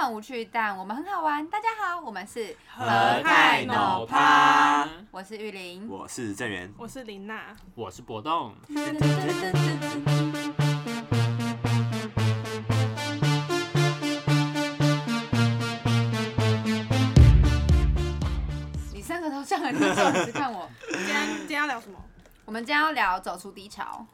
很无趣，但我们很好玩。大家好，我们是何泰脑趴，我是玉玲。我是郑源，我是林娜，我是博栋，你三个头像很低重，你只看我。今天今天要聊什么？我们今天要聊走出低潮。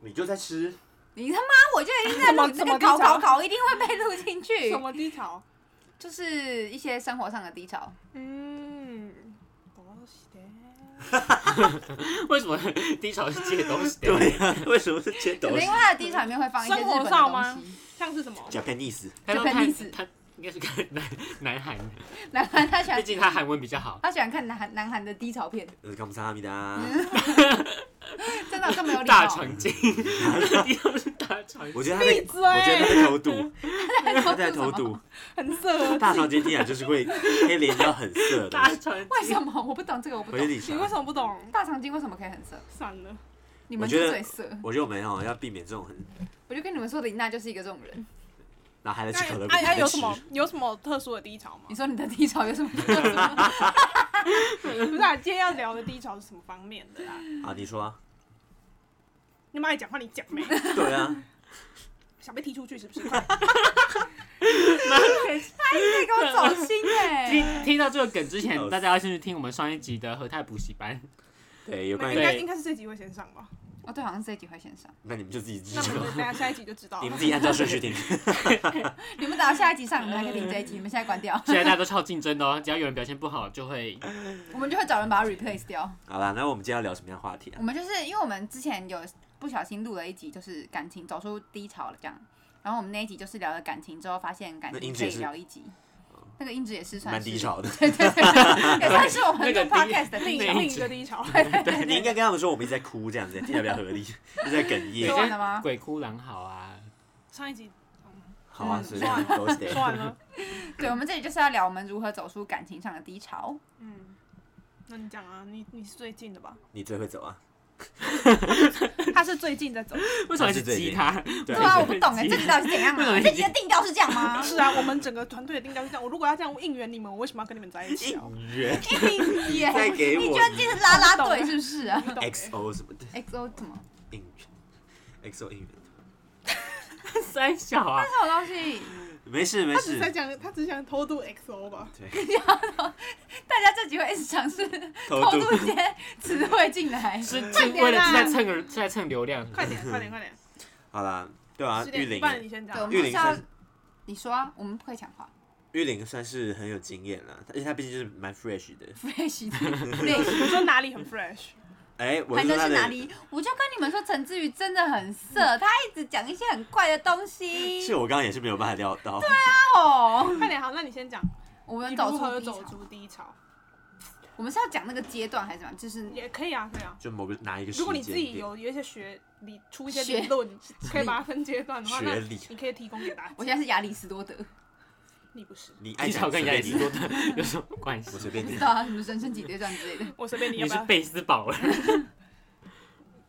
你就在吃，你他妈，我就已经在录这什么个低潮考考考，一定会被录进去什。么低潮？就是一些生活上的低潮，嗯，我是的 为什么低潮是借东西？ 对呀、为什么是煎可豆能因为它的低潮里面会放一些日本的生活上吗 东西。像是什么？ ？Japanese，他说就他喷子他应该是个南 南韩，男韩他喜欢毕，竟他韩文比 较好。他喜欢看南韩南韩的低潮片， 我是康萨米达，嗯真的更没有礼大貌。 长今， 低潮是大 长今。我觉得他闭在，嘴！我觉得他在偷 渡，他在偷什渡么，很色。大长今天啊就是会黑脸要很色的，大长为今，什么我不懂这个？我不回懂。理你查为。什么不懂？大长今为什么可以很色？算了，你们我觉是得最色。我觉得我们哦要避免这种很我就跟你们说，林娜就是一个这种人。拿还在吃可乐那饼哎哎，在有吃什，么有什么特殊的低潮吗你？说你的低潮有什么特殊吗？不是，啊，今天要聊的低潮是什么方面的啦？啊？你说 啊？你妈也讲话，你讲没？对啊，想被踢出去是不是？快你给我走心哎、听听到这个梗 之笑前，死大家要先去听我们上一集的和泰补习 班。对， 有关应于该对应该是这集会先上吧？哦，对，好像是这一集会先上。那你们就自己知那我们道，等下下一集就知道 你们了自。己按照顺序听。你们等到下一集上，你们还可以听这一集。你们现在关掉，现在大家都超竞争的哦，只要有人表现不好，就会我们就会找人把它 replace 掉。好啦，那我们今天要聊什么样的话题啊嗯我？们就是因为我们之前有不小心录了一集，就是感情走出低潮了这样。然后我们那一集就是聊了感情之后，发现感那音情质可也以是聊一集。那个音质也是算蛮是低，潮 的，对对 对，也算是我们录那个低 podcast 的另低那潮。另一个 低潮，对你应该跟他们说我们一直在哭这样子，听起来比较合理，一直在哽咽说。完了吗？鬼哭狼嚎啊。上一集好啊，嗯随便都是得。说完了。对，我们这里就是要聊我们如何走出感情上的低潮。嗯，那你讲啊，你你是最近的吧？你最会走啊？他是最近在走。为什么是激他？ 对对啊，我不懂哎，这集到底是怎样为什么啊？已这经集的定调是这样 吗？是啊，我们整个团队的定调是这样。我如果要这样应援你们，我为什么要跟你们在一起啊？人你耶再给你我居然进是拉拉队是不是 啊你懂欸 XO 什么的？XO 怎么？应援，XO 应援，三小 啊，这种东西，没事没他只是在事，讲，他只想偷渡 XO 吧？ 大家这集会一直尝试偷偷渡渡一些词汇进来。是快是点啊为了是在蹭个是在蹭流量。快点，快点，快点！好啦，对啊，十玉点玲不然你先对，我讲。们玉是玲要算你说啊，我们不可以讲话。玉玲算是很有经验啦，而且她毕竟就是蛮 fresh 的。 fresh 的 fresh，我说哪里很 fresh？哎，我还是能说她是的哪里？我就跟你们说，陈志宇真的很色，他一直讲一些很怪的东西是。我刚刚也是没有办法料到。啊哦，快点，好，那你先讲。我们你走如何出低走潮，出低潮？我们是要讲那个阶段还是怎么样？就是也可以啊，可以啊。就某个哪一个时如果你间自己点，有有一些学理出一些学理论，可以把它分阶段的话，那学理你可以提供给大家我。现在是亚里士多德，你不是，你爱低潮讲跟亚里士啊随便多德 有什么关你我系？随不便知你。道啊什么人生几阶段之类的。 我随便你要你不是要？贝斯堡了，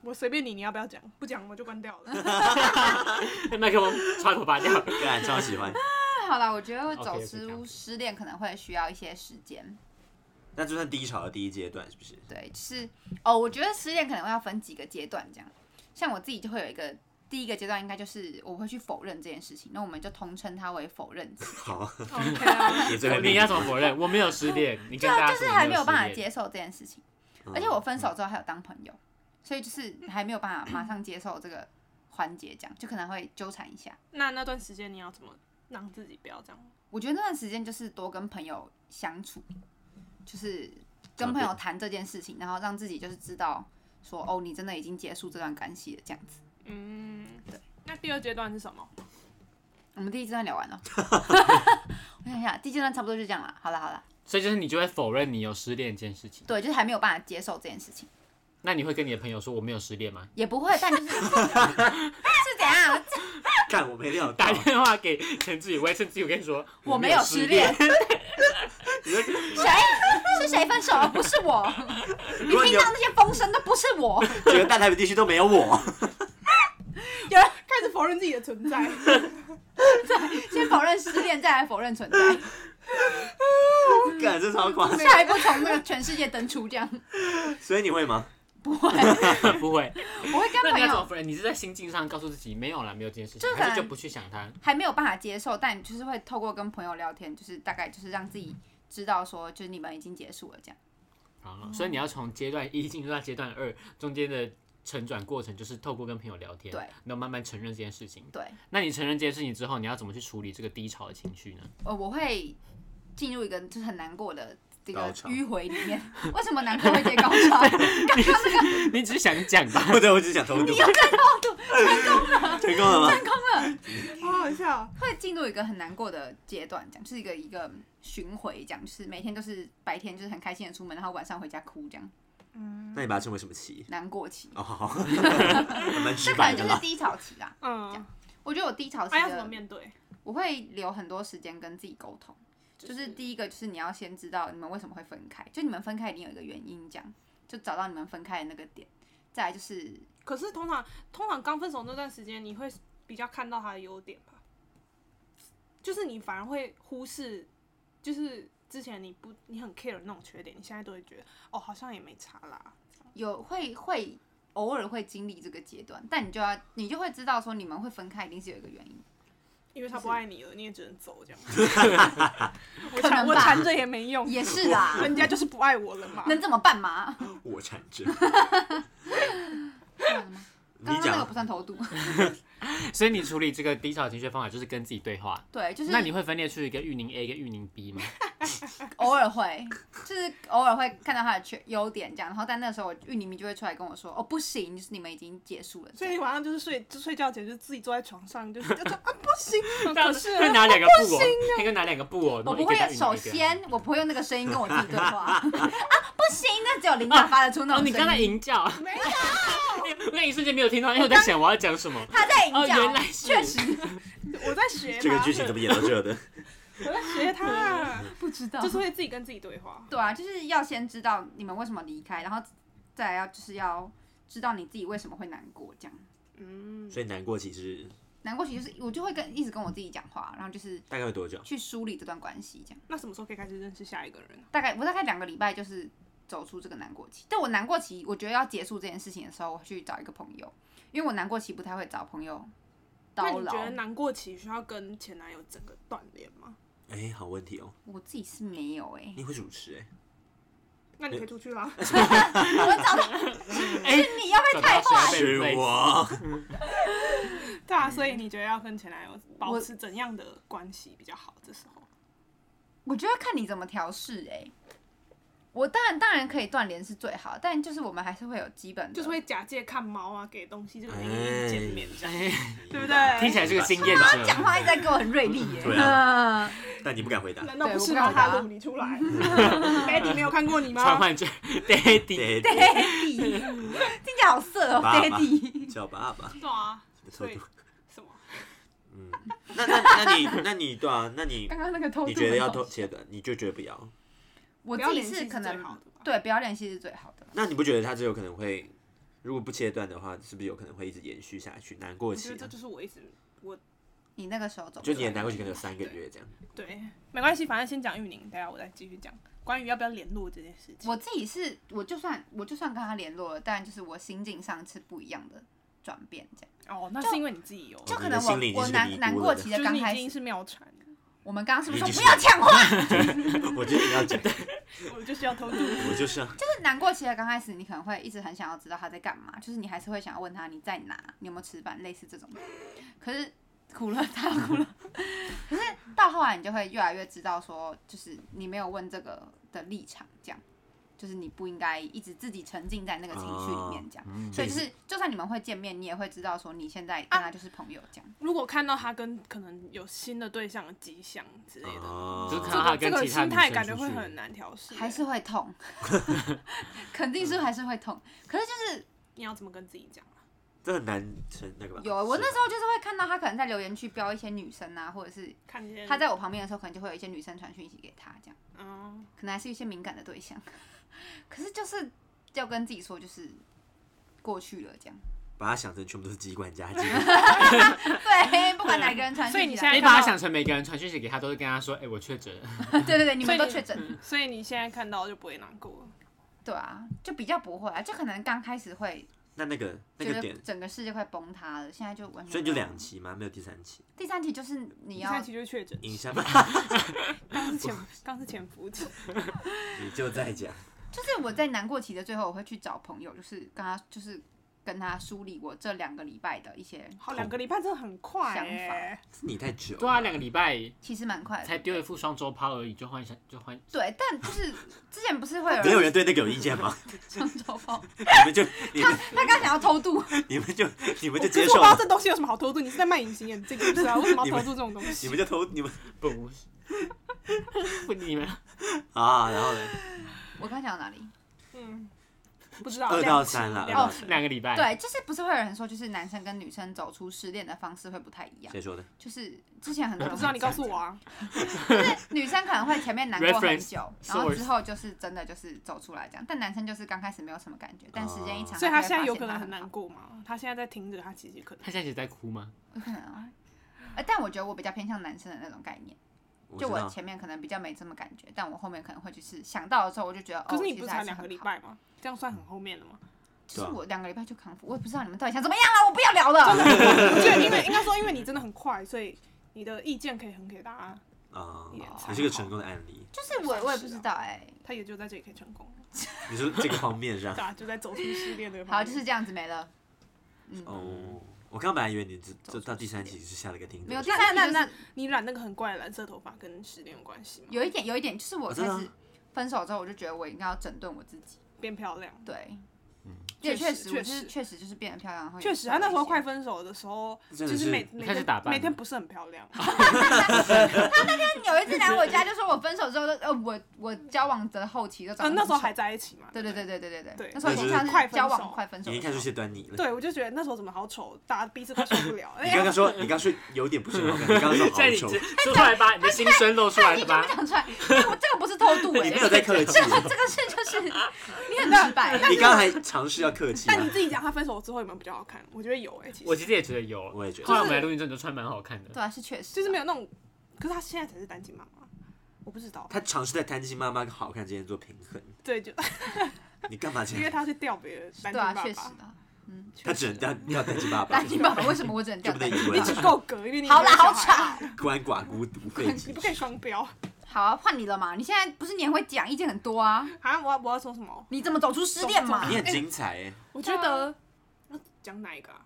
我随便你，你要不要讲？不讲我就关掉了。 麦克风插头拔掉。个人超喜欢。那好了，我觉得走 OK，是这样出子失恋可能会需要一些时间。那就算低潮的第一阶段，是不是？对，就是哦，我觉得失恋可能会要分几个阶段这样。像我自己就会有一个第一个阶段，应该就是我会去否认这件事情，那我们就统称它为否认期。 好， OK 啊，你最会哦你要怎么否认？我没有失恋，你就跟大啊家就说是还没你有办法失恋。接受这件事情，嗯而且我分手之后还有当朋友，嗯所以就是还没有办法马上接受这个环节，这样就可能会纠缠一下。那那段时间你要怎么让自己不要这样？我觉得那段时间就是多跟朋友相处，就是跟朋友谈这件事情，然后让自己就是知道说哦，你真的已经结束这段关系了这样子。嗯，对。那第二阶段是什么？我们第一阶段聊完了，我想一下，第一阶段差不多就这样了。好了好了，所以就是你就会否认你有失恋这件事情。对，就是还没有办法接受这件事情，那你会跟你的朋友说我没有失恋吗？ 也不会，但就是 是怎样？干，我没料到打。电话给陈志宇，喂，陈志宇，我跟你说我没有失恋， 谁是谁分手了？不是我，如你果你听有到那些风声都不是我。整个 大台北地区都没有我， 开始否认自己的存在。先否认失恋，再来否认存在，感这超夸 张，下一步从那个全世界登出这样。所以你会吗？不会， 不会。我会跟那你朋要怎么友分？你是在心境上告诉自己没有啦，没有这件事情就，可还是就能不去想它？还没有办法接受，但就是会透过跟朋友聊天，就是大概就是让自己知道说，就是你们已经结束了这样。嗯啊，所以你要从阶段一进入到阶段二，中间的成转过程就是透过跟朋友聊天，对，然后慢慢承认这件事情。对，那你承认这件事情之后，你要怎么去处理这个低潮的情绪呢？ 呃，我会进入一个就是很难过的这个高潮迂回里面。为什么难过会接高潮？刚刚这个你只是想讲吧？ 或者我只想偷渡。你有在偷渡，成功了，成功了吗？好好笑。会进入一个很难过的阶段，这样就是一个一个巡回，这样就是每天都是白天就是很开心的出门，然后晚上回家哭这样那你把它称为什么棋？难过期。哦，好，好蛮这直可白能就的是啦。低潮期啦。嗯，我觉得我低潮期还要怎么的，面对？我会留很多时间跟自己沟通。就是第一个，就是你要先知道你们为什么会分开，就你们分开一定有一个原因，这样就找到你们分开的那个点。再来就是可是通常通常刚分手那段时间，你会比较看到他的优点吧？就是你反而会忽视，就是之前你不你很 care 的那种缺点，你现在都会觉得哦，好像也没差啦。有会会偶尔会经历这个阶段，但你就要你就会知道说你们会分开一定是有一个原因。因为他不爱你了，你也只能走这样。我可能吧缠我缠着也没用，也是啦，人家就是不爱我了嘛。 能怎么办嘛？我缠着，这样吗你刚刚那个讲不算偷渡，所以你处理这个低潮情绪的方法就是跟自己对话。对，就是那你会分裂出一个玉宁 A 跟玉宁 B 吗？偶尔会，就是偶尔会看到他的缺优点这样，然后但那时候我玉宁明就会出来跟我说，哦不行，就是你们已经结束了，这所样以晚上就是睡，就睡觉前就自己坐在床上，就是就啊不行，可是啊会拿两个布偶，他跟拿两个布偶，然我后不一个会啊打，首一个先我不会用那个声音跟我自己对 话啊，不行，那只有琳达发得出那哦，种你刚才声音，吟叫，没有，我 那一瞬间没有听到，因为我在想我要讲什么。他在哦营原来叫，是确实 我在学这个他，剧情怎么演到这的？ 我在学他，不知道，就是会自己跟自己对话。对啊，就是要先知道你们为什么离开，然后再来要就是要知道你自己为什么会难过这样。嗯，所以难过其实难过其实就是我就会跟一直跟我自己讲话，然后就是大概有多久？去梳理这段关系这样。那什么时候可以开始认识下一个人？啊大概我大概两个礼拜就是走出这个难过期。但我难过期，我觉得要结束这件事情的时候，我去找一个朋友，因为我难过期不太会找朋友那叨你觉得唠。难过期需要跟前男友整个断联吗？哎，好问题哦，我自己是没有哎、你会主持哎，那你可以出去啦。我找的哎，是你要被找太到谁坏要，被 replace 我，对啊，所以你觉得要跟前男友保我持怎样的关系比较好？这时候，我觉得看你怎么调试哎。我当然当然可以断联是最好，但就是我们还是会有基本的，就是会假借看猫啊，给东西，就是每天见面这样，哎对不对？听起来是个经验者。讲话一直在给我很锐利耶、对啊，但你不敢回答。难道不是对我吗？不敢回答他录你出来，Daddy 没有看过你传吗？唤者 Daddy，对， daddy，听起来好色哦爸爸，daddy。叫爸爸。 对啊，偷所渡以。什么？嗯，那那那你那你对啊，那你刚刚那个偷渡你觉得要很好偷切断，你就觉得不要？我不要自己联系是可最好能的吧对不要联系是最好的。那你不觉得他这有可能会，如果不切断的话，是不是有可能会一直延续下去？难过我期觉啊、得这就是我一直我你那个时候走不就出你的来难过期可能有三个月这样。 对，没关系，反正先讲玉宁，等一下我再继续讲关于要不要联络这件事情。我自己是，我就算我就算跟他联络了，但就是我心境上是不一样的转变，这样哦，那是因为你自己有，就哦可你的能心理已我经我是难低难估过了期就的是刚你已开经始，是妙传，我们刚刚是不是你已说经不要抢话？我就是要讲，我就是要偷渡。我就是要就是难过期的刚开始，你可能会一直很想要知道他在干嘛，就是你还是会想要问他你在哪，你有没有吃饭，类似这种。可是苦了，他哭了。可是到后来，你就会越来越知道说，就是你没有问这个的立场，这样，就是你不应该一直自己沉浸在那个情绪里面，这样。所以就是，就算你们会见面，你也会知道说你现在跟他就是朋友这样。 如果看到他跟可能有新的对象的迹象之类的， 哦，就是看这到他个跟这个其他心女态生感觉出会去很难调试欸。还是会痛，肯定是还是会痛。可是就是你要怎么跟自己讲啊？这很难成那个吧？有我啊是那时候就是会看到他可能在留言区标一些女生啊，或者是看见他在我旁边的时候，可能就会有一些女生传讯息给他，这样嗯，可能还是一些敏感的对 象。可是就是要跟自己说，就是过去了这样。 把它想成全部都是机关加机。 对，不管哪个人传讯息来，所以你现在你看把他到想成每个人传讯息给他，都是跟他说：“哎、我确诊了。 对对对，你所们以都你嗯确诊，所以你现在看到就不会难过了。对啊，就比较不会啊，就可能刚开始会那那个那觉个得点，整个世界快崩塌了，现在就完全所以就没有两期嘛，没有第三期。第三题就是你你要看，其实就是确诊，影响吧， 刚是潜，刚是潜伏期。 你就在讲，就是我在难过期的最后，我会去找朋友，就是跟他，就是跟他梳理我这两个礼拜的一些，好，两个礼拜真的很快想耶、法是你太久了。对啊，两个礼拜其实蛮快才的。丢一副双周抛而已，就换一下，就换。对，但就是 之前不是会有 没人有人对那个有意见吗？ 上周报，你们就你他们他刚想要偷渡，你们就你们我就可接是受我不知道了，这东西有什么好偷渡，你是在卖隐形眼镜是不是啊？为什么 你要们偷渡这种东你西？们就投你们不是， 不你们啊，然后呢，我刚讲到哪里？嗯，不知道。二到三啦了，二到哦两三两个礼拜。对，就是不是会有人说，就是男生跟女生走出失恋的方式会不太一样，谁说的？就是之前很多我人不知道，你告诉我啊。女生可能会前面难过很 Reference 久，然后 source 之后就是真的就是走出来这样，但男生就是刚开始没有什么感觉，但时间一长，所以他就会他现在发有现啊可能他很好难过嘛？他现在在听着，他其实可能他现在一直在哭吗？有可能啊。呃，但我觉得我比较偏向男生的那种概念，我就知我道，啊前面可能比较没这么感觉，但我后面可能会就是想到了之后，我就觉得哦，可是你其不实是还才是两很个礼好，拜吗？这样算很后面了吗？就对是啊我两个礼拜就康复，我也不知道你们到底想怎么样了，我不要聊了。我觉得因为应该说，因为你真的很快，所以你的意见可以很给答案。啊也，你是个成功的案例。 就是我我也不知道哎、他也就在这里可以成功了，你说这个方面上 对，啊，就在走出失恋的。好，就是这样子没了。啊嗯哦，我刚本来以为你这这到第三走期是下了个听众，没有，第那三那题就那是你染那个很怪的蓝色头发跟失恋有关系吗？有一点有一点，就是我哦开真的始啊分手之后，我就觉得我应该要整顿我自己。变漂亮，对，嗯也确确实，实我就确是实确实就是变得漂亮，然后也确实，啊瘦了他那时候一些快分手的时候，真就的是每是每开始天打扮每天不是很漂亮，有一次来我家就说我分手之后，呃，我我交往的后期就找嗯，那时候还在一起嘛。对对对 对对对对对那时候已经那像就是快分交手往快分手你已的经时候，看出些端倪不了。对，对我就觉得那时候怎么好丑，打彼此都受不 了。哎你刚刚说，你刚说有点不是很好看，你刚刚说在你好这丑，说出来吧，你的心声露出来了吧？哎讲出来， 这我这个不是偷渡哎、 你没有在客气， 这个是就是你很直白，你刚刚还尝试要客气啊但。你自己讲，他分手之后有没有比较好看？我觉得有哎、其我实其实也觉得有，我也觉得后来我们来录音之后，你就穿蛮好看的。对啊，是确实啊，就是没有有那种，可是他现在才是单亲妈妈，我不知道。他尝试在贪心妈妈跟好看之间做平衡，对，就你干嘛这因为样？他是调别人单亲对啊，爸确实爸，啊，他只能掉掉单亲爸 爸单，亲爸爸为什么我只能掉就不单能亲？以为你他只够格，因为啊你好啦，没有好小孩，吵，鳏寡孤独废你疾不。可以双标好啊，换你了嘛，你现在不是年会讲意见很多啊，啊！我要我要说什么？你怎么走出失恋嘛你？很精彩哎，我觉啊得要讲哪一个啊？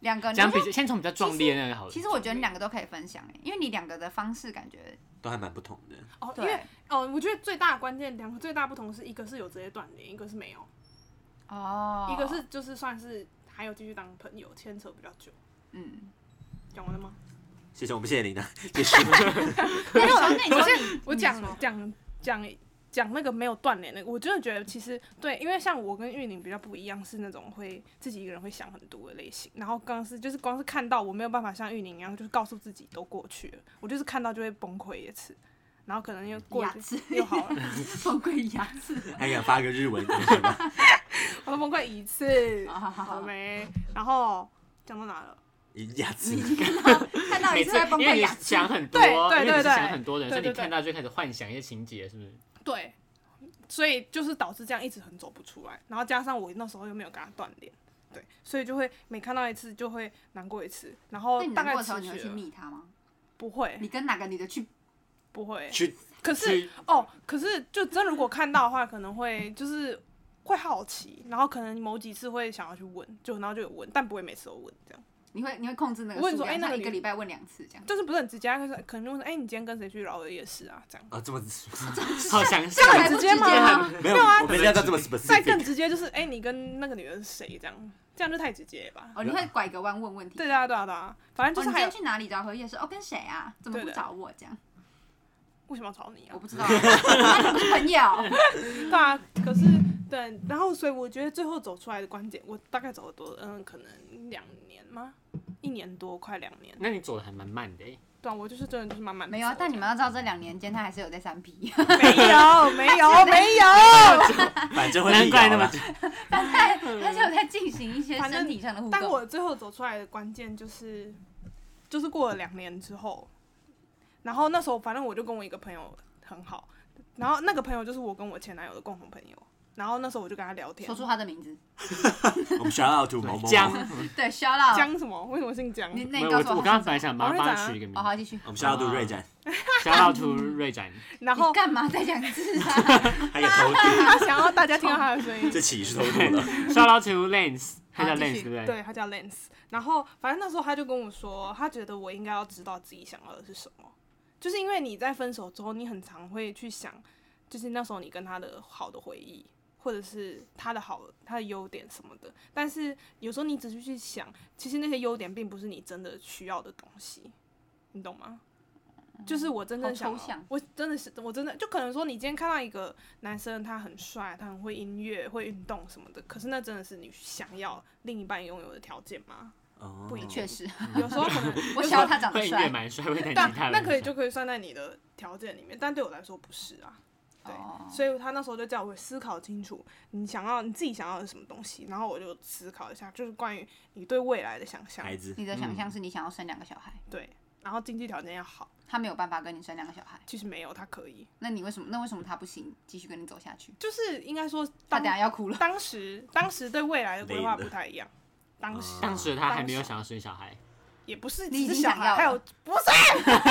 两个，讲比较先从比较壮烈那个好了。其实我觉得你两个都可以分享哎、因为你两个的方式感觉都还蛮不同的。哦，因为对哦，我觉得最大的关键两个最大不同是一个是有直接断联，一个是没有，哦，一个是就是算是还有继续当朋友，牵扯比较久。 嗯，讲完了吗？谢谢我们谢谢琳娜，也是那你说那你说你我讲讲讲讲那个没有断联那个，我真的觉得其实对，因为像我跟玉宁比较不一样，是那种会自己一个人会想很多的类型。然后刚是就是光是看到我没有办法像玉宁一样，就是告诉自己都过去了，我就是看到就会崩溃一次，然后可能又过一牙齿又好了，崩溃牙齿，还敢发个日文给我吗？ 我都崩溃 一次，好好好好好，没？然后讲到哪了？一牙齿， 看到每你次是在崩因为溃你牙齿，想很多，对因对为你对是对想很多的人，所以对你对看到就开始幻想一些情节，是不是？对，所以就是导致这样一直很走不出来，然后加上我那时候又没有跟他断联，对，所以就会每看到一次就会难过一次，然后那你大难概过的时候持你会续去了密他吗？不会你跟哪个女的去？不会，去可是去哦，可是就真如果看到的话，可能会就是会好奇，然后可能某几次会想要去问，就然后就有问，但不会每次都问这样，你会你会控制那个我问数说量，哎那像个一个女礼拜问两次这样。就是不是很直接，就是可能就问说，哎、你今天跟谁去老二夜市啊？这样。啊，这么好详细这样哦，还不啊直接吗吗？没有，啊我们要到这么再更 specific。直接就是，哎、你跟那个女的是谁？这样，这样就太直接了吧？哦，你会拐个弯问问题。对啊，对啊，对啊，反哦，正就你是今还有、天去哪里找荷叶是？哦，跟谁啊？怎么不对的找我这样？为什么要找你啊我？不知道， 那你不是朋友。 对啊，可是对，然后所以我觉得最后走出来的关键，我大概走了多嗯，可能两年吗？一年多，快两年。那你走的还蛮慢的欸，对啊，我就是真的就是慢慢地没有啊走，但你们要知道，这两年间他还是有在三 P， 没有没有没有，反正会难辟怪谣那么啦久。但他还他是有在进行一些嗯反正身体上的互但动。我最后走出来的关键就是，就是过了两年之后，然后那时候反正我就跟我一个朋友很好，然后那个朋友就是我跟我前男友的共同朋友，然后那时候我就跟他聊天说，出他的名字，我们 shout out to 毛毛江，毛，对，shout out，江什么？为什么姓江？你那你没有告我诉我他刚刚是本来想帮哦帮瑞他展啊取一个名哦，好，继续。我们 shout out to 瑞展，啊字，小到图瑞展，然你后干嘛再讲一次啊？ 他也偷渡，他想要大家听到他的声 音，这起是偷渡 了。小到图 Lens，他叫好继 Lens 续对不对？对，他叫 Lens。然后反正那时候他就跟我说，他觉得我应该要知道自己想要的是什么，就是因为你在分手之后，你很常会去想，就是那时候你跟他的好的回忆，或者是他的好、他的优点什么的。但是有时候你仔细去想，其实那些优点并不是你真的需要的东西，你懂吗？就是我真嗯正好想抽要，象我真的是，我真的就可能说，你今天看到一个男生，他很帅，他很会音乐，会运动什么的，可是那真的是你想要另一半拥有的条件吗？哦不一定确实，有时候可能， 我想要他长得会音乐帅。蛮帅，会弹但吉他的那蛮可以帅就可以算在你的条件里面，但对我来说不是啊。对哦所以他那时候就叫我思考清楚，你想要你自己想要的什么东西，然后我就思考一下，就是关于你对未来的想象，孩子，你的嗯想象是你想要生两个小孩，对，然后经济条件要好，他没有办法跟你生两个小孩，其实没有他可以，那你为什么？那为什么他不行？继续跟你走下去？就是应该说他当等下要哭了。当时当时对未来的规划累了不太一样，当时当时他还没有当时想要生小孩，也不是你只已是经小想要孩，还有了不是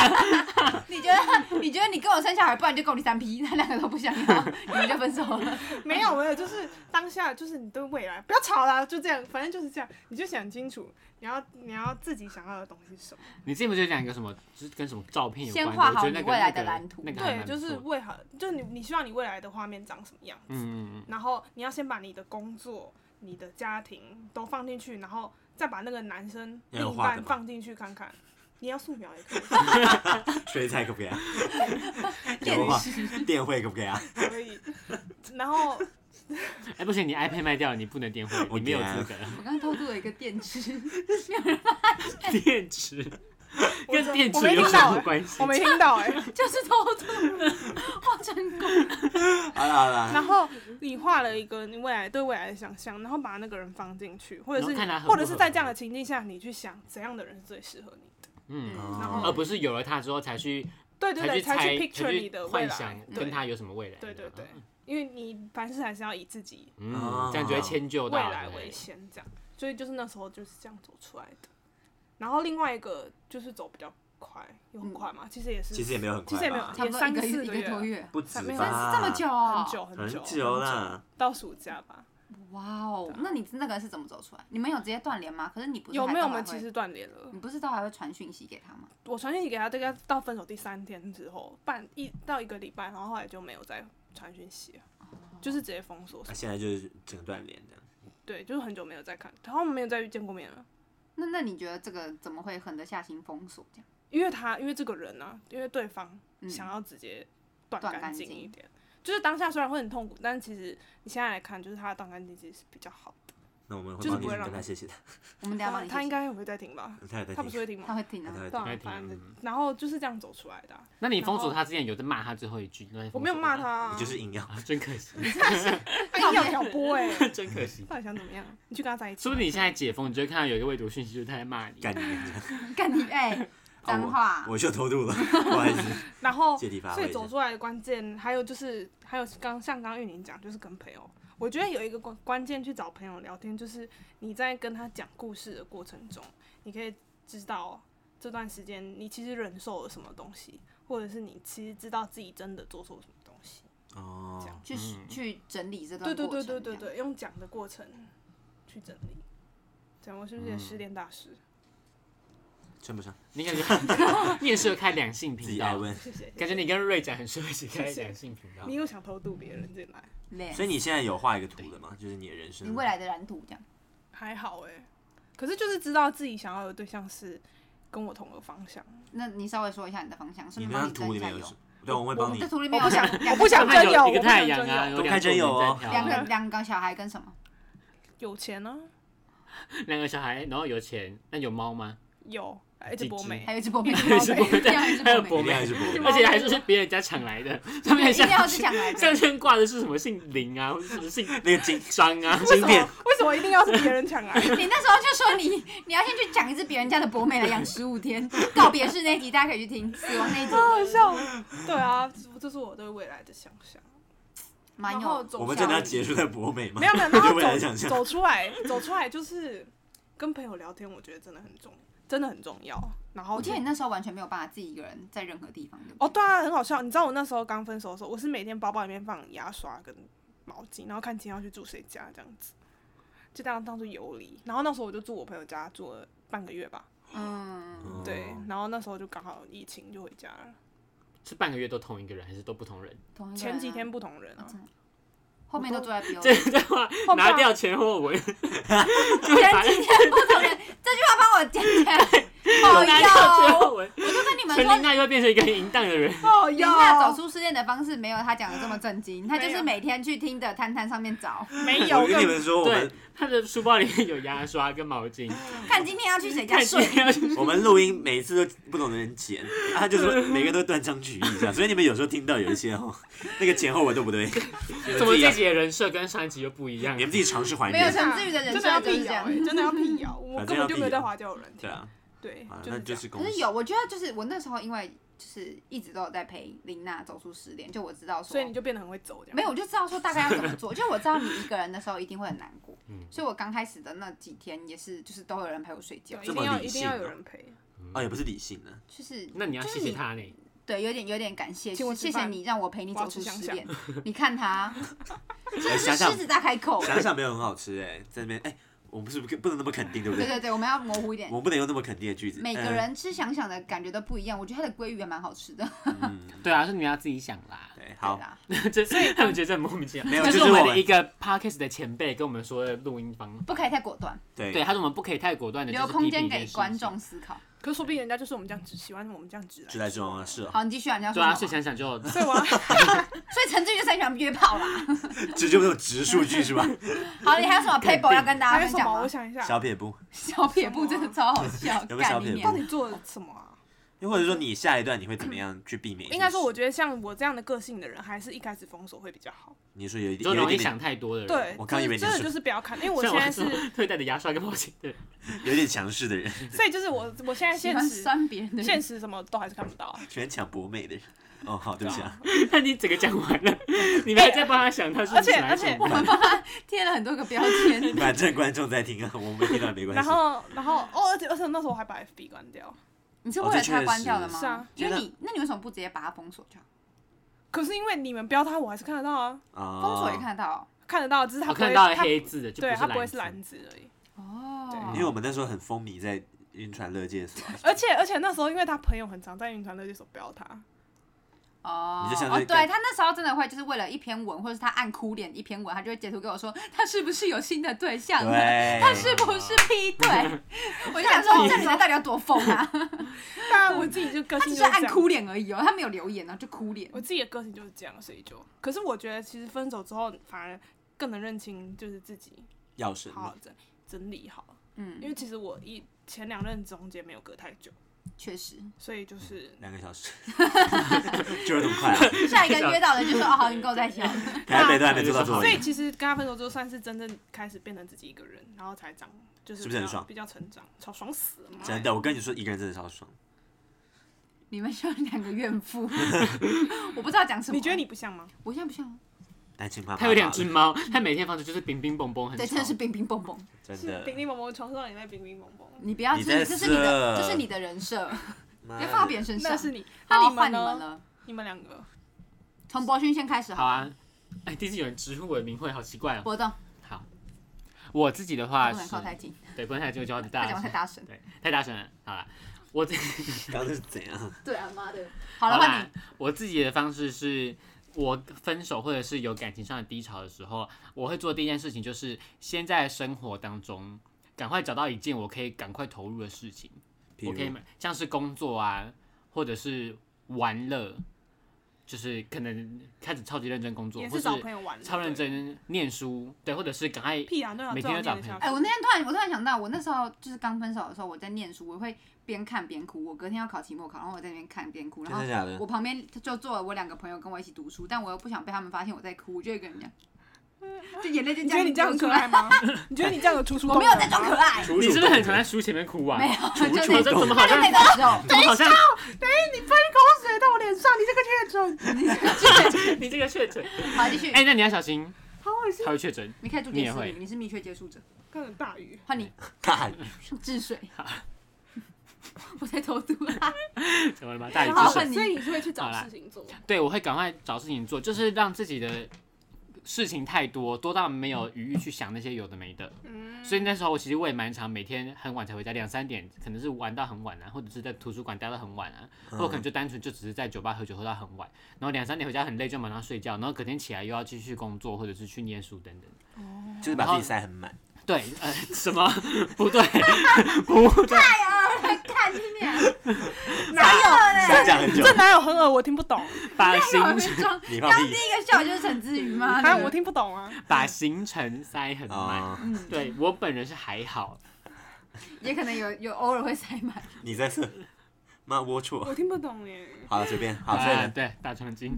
你觉得？你觉得你跟我生小孩，不然就够你三 P，他两个都不想要，你们就分手 了。没有没有，就是当下就是你对未来不要吵啦，就这样，反正就是这样，你就想清楚你要你要自己想要的东西是什么。你之前不是讲一个什么，就是跟什么照片有关的？先画好我觉得那你个未来那的个蓝图那个还对，蛮不就错是为何，就是你你希望你未来的画面长什么样子，嗯嗯然后你要先把你的工作、你的家庭都放进去，然后再把那个男生要有另一画的半吗放进去看看。你要素描也可以，水彩可不可以啊？电有啊视电绘可不可以啊？可以。 然后嗯，哎，不行，你 iPad 卖掉了，你不能电汇，我你没有天啊资格。我刚刚偷渡了一个电池， 电池哎我跟真电我池没有听什到、么欸，关系 我？没听到哎、就是偷渡，我成功。好了好了，然后你画了一个你未来对未来的想象，然后把那个人放进去，或者是然后看他合不或者是在合这样的情境下，你去想怎样的人是最适合你的。嗯，然后而不是有了他之后才去对对对，才才去猜 picture 你的未幻来想，对跟他有什么未来？啊对对对，因为你凡事还是要以自己嗯哦，这样就会迁就未到来对为先，这样，所以就是那时候就是这样走出来的。然后另外一个就是走比较快，有很快嘛，其实也是，嗯其实也没有很其快吧，实也没有差不多一个月一个多月，不止没有吧？这么久，哦很，久很久很久啦，到暑假吧。哇哦！那你那个是怎么走出来？你们有直接断联吗？可是你不是啊有还没有？都我们还会嗯其实断联了。你不是都还会传讯息给他吗？我传讯息给他，大概到分手第三天之后，半一到一个礼拜，然后后来就没有再传讯息了，哦就是直接封锁那。现在就是整个断联这样。对，就是很久没有再看，然后没有再见过面了。那那你觉得这个怎么会狠得下心封锁这样？因为他，因为这个人呢、因为对方嗯想要直接断断干干净净一点，就是当下虽然会很痛苦，但其实你现在来看，就是他的断干净其实是比较好的。那我们会就是帮你不会让跟他谢谢他，我们等一下帮你他写应该也会在听吧？他有在他不是听，会听他吗？会听他啊。在对听。啊会，听反正嗯然后就是这样走出来的啊、那你封锁他之前有在骂他最后一句，那你我封锁没有骂他、啊，你就是硬要，啊，真可惜，硬要挑拨哎，真可惜。到底想怎么样？你去跟他在一起说吧，不定你现在解封，你就会看到有一个未读讯息，就是他在骂你。干你娘这样。干你哎，脏话啊哦我我就偷渡 了，不好意思，然后借题发所挥以一下走。出来的关键，还有就是，还有刚像刚玉宁讲，就是跟朋友，我觉得有一个关关键去找朋友聊天，就是你在跟他讲故事的过程中，你可以知道这段时间你其实忍受了什么东西，或者是你其实知道自己真的做错什么东西。哦这，样去嗯去整理这对段对过对程。对对，对，用讲的过程去整理。讲我是不是也失恋大师？称不上，你感 觉你也适合开两性自频己爱道，问。谢谢。感觉你跟瑞展很适合一起开谢谢两性频道你。又想偷渡别人进来，累所以你现在有画一个图了吗？就是你的人生。你未来的蓝图这样。还好哎、可是就是知道自己想要的对象是跟我同个方向。那你稍微说一下你的方向，顺你便那嗯帮你张图增里加面有油什。对，我会帮你这。图里面有想两我不想他们真有，有我一个不太想阳真啊，有，有都两开真有哦个人在 两跳个啊两个小孩跟什么？有钱呢、两个小孩，然后有钱，那有猫吗？有哎还有一只博美 还，有一只 博美，还有一只博美一定要有一只还有博博一定美，还是博而美，且还是别人家抢来的，上面一定要像是抢来项的。圈挂的是什么姓林啊，或者什么姓那个金张啊，经典为什么一定要是别人抢 来的？你那时候就说你你要先去讲一次别人家的博美来养十五天，告别式那一集大家可以去听，死亡那一集好好笑。对啊，这这是我对未来的想象。蛮然后有走我们向真的要结束在博美吗？没有没有， 对然未来的后想走象走出来，走出来就是跟朋友聊天，我觉得真的很重，真的很重要。然后我记得你那时候完全没有办法自己一个人在任何地方，对不对哦，对啊，很好笑。你知道我那时候刚分手的时候，我是每天包包里面放牙刷跟毛巾，然后看今天要去住谁家这样子，就这样当做游离。然后那时候我就住我朋友家住了半个月吧，嗯，对哦。然后那时候就刚好疫情就回家了，是半个月都同一个人，还是都不同人？同一个人啊前几天不同人啊，后面都坐嗯在 B O，这句话后面啊拿掉前后文，前几天不同人，这句话帮我捡哦起来。 好拿掉前哟，后文，我就跟你们陈说琳，娜就会变成一个很淫荡的人。哦林娜走出失恋的方式没有他讲的这么震惊，他就是每天去听的探探上面 找，没我有跟你更们说，我对们，她的书包里面有牙刷跟毛巾，看今天要去谁家看起睡。来要去我们录音每次都不懂的人剪，啊他就说每个都断章取义这样，所以你们有时候听到有一些哦，那个前后文都不对，你怎们自么己这要集的人设跟上一集又不一样你？们自己尝试怀没有念，陈志宇的人真的要设就是辟这谣样欸，真的要辟谣，我反正根要本就没有辟谣在滑交友软件对。啊，对啊，就那是这就样是公可是司有，我觉得就是我那时候因为就是一直都有在陪林娜走出失恋，就我知道说所以你就变得很会走，这样没有，我就知道说大概要怎么做。就 我知道你一个人的时候一定会很难过，嗯所以我刚开始的那几天也是，就是都有人陪我睡觉对，这一么定要理一定性要啊有人陪。啊，也不是理性的，就是那你要谢谢她呢，对，有点有点感谢，请我吃谢谢饭你让我陪你我要走出吃香失香恋。你看 他，真的是哎想想狮子大开口。想想没有很好吃哎，在那边哎，我们是不是不能那么肯定，对 不对对？对对，我们要模糊一点我。嗯们不能用那么肯定的句子，每个人吃想想的感觉都不一样，我觉得它的鲑鱼也蛮好吃的。呃，嗯，对啊，是你们要自己想啦。对，好 对，啦， 这他们觉得这很莫名其妙。没有这就是是我我们的们一个 podcast 的前辈跟我们说的录音方，不可以太果 断，对，啊对，他说我们不可以太果断的，留空间给观。众思考。可是说不定人家就是我们这样直，喜欢我们这样直来直来直往啊，是哦，好，你继续啊，你要对说啊，什所以么？想想就所以我要所以陈志宇就是很喜欢约炮 啦。这就没有直数 据是吧？好，你还有什么 paper 要跟大还家有分什享么？我吗？想一下，小撇步，小撇步真的超好笑，有没有小干你撇步到娘！底做了什么啊？又或者说你下一段你会怎么样去避免？应该说，我觉得像我这样的个性的人，还是一开始封锁会比较好。你说有一你点 就有容易一想点太多的人。对，我刚以为你真的是就是不要看，因 为我像现我在是，会带着牙刷跟毛巾的人，有一点强势的人，所以就是我我现在喜现欢实酸别人的人，现实什么都还是看不到啊。全抢博美 的人。哦，好，对不起啊，那你整个讲完了，你们还在帮他想他是不是而且哪一种而且我们帮他贴了很多个标 签。反正观众在听啊， 我们没听到也没关系。然后然后哦，而且而且那时候我还把 FB 关掉。你是为了他关掉的吗？哦这确实是啊因为你那你为什么不直接把它封锁掉？可是因为你们标他，我还是看得到啊，啊，封锁也看得到看得到，只是他我不会看到他黑字的，就对他不不会是是蓝字。蓝字而已。哦因为我们那时候很风靡在晕船乐界所啊，而且而且那时候因为他朋友很常在云团的这首标 他，哦你就像哦，是对他那时候真的会就是为了一篇文，或者是他按哭脸一篇文，他就会截图给我说他是不是有新的 对象了，对，他是不是劈 腿？我就想说这女的到底有多疯啊！ 但我自己就个他性只就是是这按样。啊哭脸而已哦，他没有留言哦，就哭脸我。自己的个性就是这样，所以就，可是我觉得其实分手之后反而更能认清就是自己，药神好好整整理好，因嗯，为其实我一前两任中间没有隔太久，确实，所以就是两个小时， 就是这么 快啊，下一个约到的就说哦好，你跟我在一起哦。台北都还没做到座对所以位，其实跟他分手之后算是真正开始变成自己一个人，然后才长就是是比不是较很爽比较成长，超爽死了嘛！真的，我跟你说，一个人真的超爽。你们像两个怨 妇，我不知道讲什么。你觉得你不像吗？我现在不像吗？单亲妈妈，他有两只，猫，他每天房子就是冰冰蹦蹦，很对，吵真的是冰冰蹦蹦。真是的冰，冰蒙蒙床上也在冰冰蒙蒙，你不要，这你是在这是你的，色哎这是你的人设，妈别的放到别人身上那。是你，好那换们你们呢？了，你们两个从博勋先开始好了。啊。 哎，第一次有人直呼我的名讳，好奇怪哦。活动我自己的话不能是靠，太近，对，不能太近，我就要他大讲话太声，大声。对，太大声了。好了，我自刚刚是怎样？对啊，妈的。好了，好换啦你。，我自己的方式是。我分手或者是有感情上的低潮的时候，我会做第一件事情就是先在生活当中赶快找到一件我可以赶快投入的事情，譬我可以如买像是工作啊，或者是玩乐，就是可能开始超级认真工作，也或是是找朋友玩的，超认对。真念书，对，或者是赶快屁啊，对啊，每天最好都念找一下哎、我那天突然，我突然想到，我那时候就是刚分手的时候，我在念书，我会边看边哭。我隔天要考期末考，然后我在那边看边哭，然真后的假的？我旁边就坐了我两个朋友跟我一起读书，但我又不想被他们发现我在哭，我就一个人这样，就眼泪就你这觉样得你这流样很出可来。爱 吗？你觉得你这样有楚楚我没有在装可爱，楚楚你是不是很动常人在书前面哭啊？没有，楚就楚是这怎么好就像那个时候，怎么好像水到我脸上，你这个确诊，你这个确诊？好继续，哎，那你要小心，好恶心，他会确 诊。你可以住你也监视会里，你是密切接触者，看很大雨，换你看，治水。我在投毒啊！怎么了吗？大禹好治水。换你所以你是会去哎找好啦事情做，对，我会赶快找事情做，就是让自己的事情太多，多到没有余裕去想那些有的没的。嗯，所以那时候我其实我也蛮常，每天很晚才回家，两三点，可能是玩到很晚啊，或者是在图书馆待到很晚啊，或者可能就单纯就只是在酒吧喝酒喝到很晚，然后两三点回家很累就马上睡觉，然后隔天起来又要继续工作或者是去念书等等。就是把自己塞很满。对，呃，什么不对，不对，看你脸，哪有想讲很久，这哪有很恶？我听不懂，把我行没装。你放刚第屁一个笑就是陈志宇吗？啊，我听不懂啊，把行程塞很满。哦！嗯，对我本人是还好，也可能有有偶尔会塞满。你在这，妈龌龊。我听不懂耶。好了，随便，好，所以啊呢，对大长 今。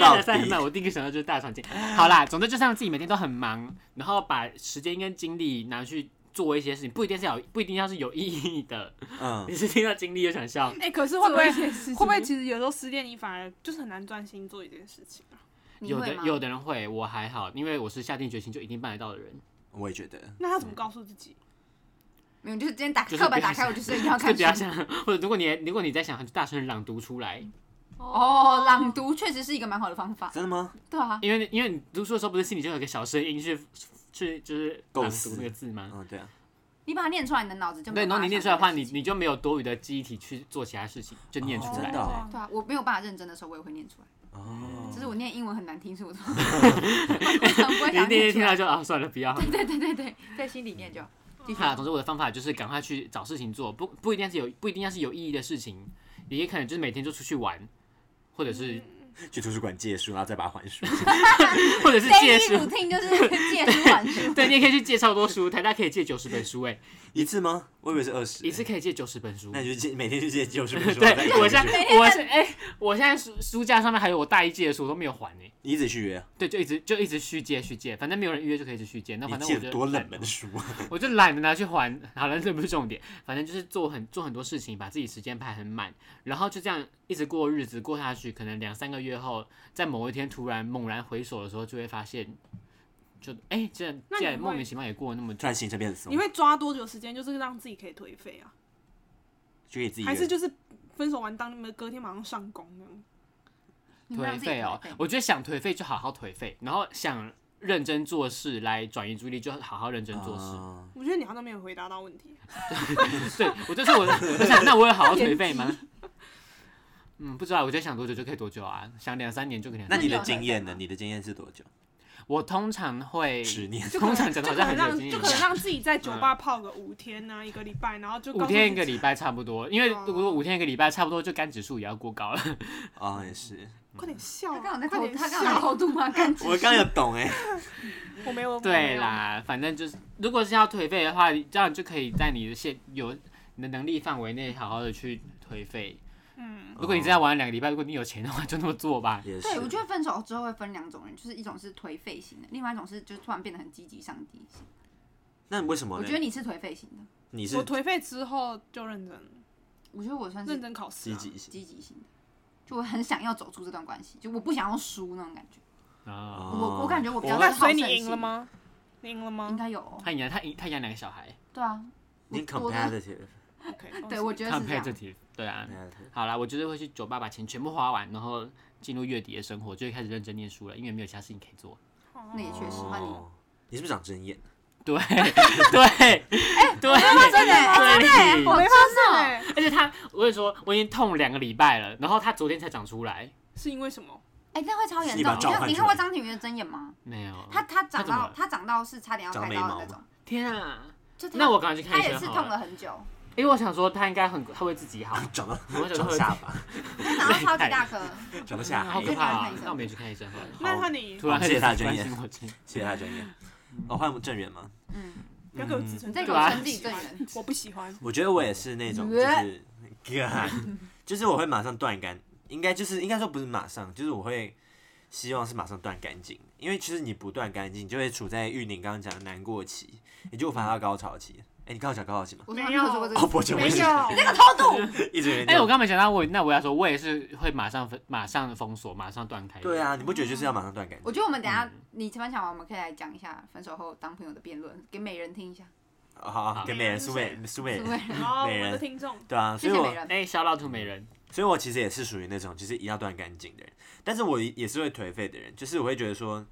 到底那三那我第一个想到就是大长今。好啦，总之就是让自己每天都很忙，然后把时间跟精力拿去做一些事情，不一定是有，不一定要是有意义的。嗯，你是听到精力就想笑，哎，可是会不会做一些事情会不会其实有时候失恋，你反而就是很难专心做一件事情啊？你有会的吗？有的人会，我还好，因为我是下定决心就一定办得到的人，我也觉得，那嗯他怎么告诉自己？没有，就是今天打就是课本不要打开，想我就是一定要就看比较书。像，或者如果你如果你在想，就大声朗读出来，哦，朗读确实是一个蛮好的方法。真的吗？对啊，因为因为你读书的时候不是心里就有个小声音去去就是朗构思读那个字吗？嗯，对啊，你把它念出来，你的脑子就没对，有然后你念出来办的法话，想你这件事情你就没有多余的记忆体去做其他事情，就念出哦来。真的哦对啊，我没有办法认真的时候，我也会念出来。哦，只是我念英文很难听，所以我 都我常不会想你那念天出听到来。就啊，算了，不要 好了。对对对对，在心里念就好。继续好啦总之我的方法就是赶快去找事情做，不不一定是有不一定要是有意义的事情，也可能就是每天就出去玩，或者是嗯去图书馆借书，然后再把它还书。 或者是借 daily 书。 routine 就是借书还书。对，你也可以去借超多书，台大可以借九十本 书，哎，一次吗？我以为是二十。一次可以借九十本书那。你就借，每天就借九十本 书。然后再对，我还现出在我现哎，我现在书书架上面还有我大一借的书，我都没有还哎呢。你一直续约，对，就一直就一直续借续借，反正没有人预约就可以一直续借。那你反正借我了就多冷门的书 啊， 我就懒得拿去还，好了，这不是重点，反正就是做很做很多事情，把自己时间排很满，然后就这样一直过日子过下去，可能两三个月后，在某一天突然猛然回首的时候，就会发现，就哎、竟然那你竟然会莫名其妙也过了那么久，突然行程变松你，会抓多久时间，就是让自己可以颓废啊？就给自己还是约。就是分手完当你们隔天马上上工那样？你们让颓自己废哦颓废。我觉得想颓废就好好颓废，然后想认真做事来转移注意力，就好好认真做事。啊我觉得你好像没有回答到问题。对我就是 我，我想那我有好好颓废吗？嗯，不知道，我觉得想多久就可以多久啊，想两三年就可以两那三你年。的经验呢？你的经验是多久？我通常会十年。就可通常能讲就的好像很可能让有经就验可能让自己在酒吧泡个五天呢、一个礼拜，然后就告五诉天一自个己礼拜差不多，因为哦如果五天一个礼拜差不多，就肝指数也要过高了。 啊，也是。快点笑、他啊，刚好在快偷，点他笑刚好在偷渡吗？干我刚刚有懂哎，我没有对，啦，反正就是，如果是要颓废的话，这样就可以在你的现有你的能力范围内好好的去颓废。我没有嗯， 如果你真要玩两个礼拜，如果你有钱的话，就那么做吧。哦也是对，。我觉得分手之后会分两种人，就是一种是颓废型的，另外一种是就是突然变得很积极上进型。那为什么我呢觉？得你是颓废型的，你是我颓废之后就认真我觉得我算认是真考试、积啊，极型积极型的，就我很想要走出这段关系，就我不想要输那种感觉。哦啊，我我感觉我比哦较那是好所以你胜赢了心？吗？你赢了应吗该有、哦，啊他养他他养两个小孩对啊，你我的 competitive， ？OK，对我得觉得是这样。 ，competitive，对啊。 competitive 好啦，我就是会去酒吧把钱全部花完，然后进入月底的生活，就会开始认真念书了，因为没有其他事情可以做。那也确实那你哦你是不是长 针眼？对 真对对，的对真的，我我没真发现的欸、而且他，我跟你说，我已经痛两个礼拜了，然后他昨天才长出来，是因为什么？哎，那会超严你重。把你照看换你出看过来张庭宇的针眼吗？没有。他他长哦他怎么到了他长到是差点要长开眉刀毛的那吗种，天啊！就他那我赶快去看他医也生是好痛 了，了很久， 因为我想说他应该很他会自己好，长到我想说长 会下巴，他长然后超级大颗，讲不下好海可可，怕怕啊！哎那我们也去看医生好了。那换你，突然好谢谢大家专关业心我真的谢谢他的专业。哦，换我们郑源吗？嗯，不要给我自你尊，在给对我啊称自己罪人，我不喜欢。我觉得我也是那嗯种，就是 干，就是我会马上断干，应该就是应该说不是马上，就是我会希望是马上断干净，因为其实你不断干净，你就会处在玉宁刚刚讲的难过期，也就无法到高潮期。哎、你刚刚讲高潮期吗？我从来没没有有说过这哦， 个，抱歉，我没一直有，这个偷渡， 一直有人哎、讲我刚没想到我，那我要说，我也是会马上分，马上封锁，马上断开。对，啊，你不觉得就是要马上断干我觉净？得我们等一嗯下你前面讲完，我们可以来讲一下分手后当朋友的辩论，给每人听一下。哦好好，好给美人苏美 苏美是不是人，然后我美们的人听众， 对啊，谢所以谢我美人，哎、小老土美人，所以我其实也是属于那种就是一定要断干净的人，但是我也是会颓废的人，就是我会觉得说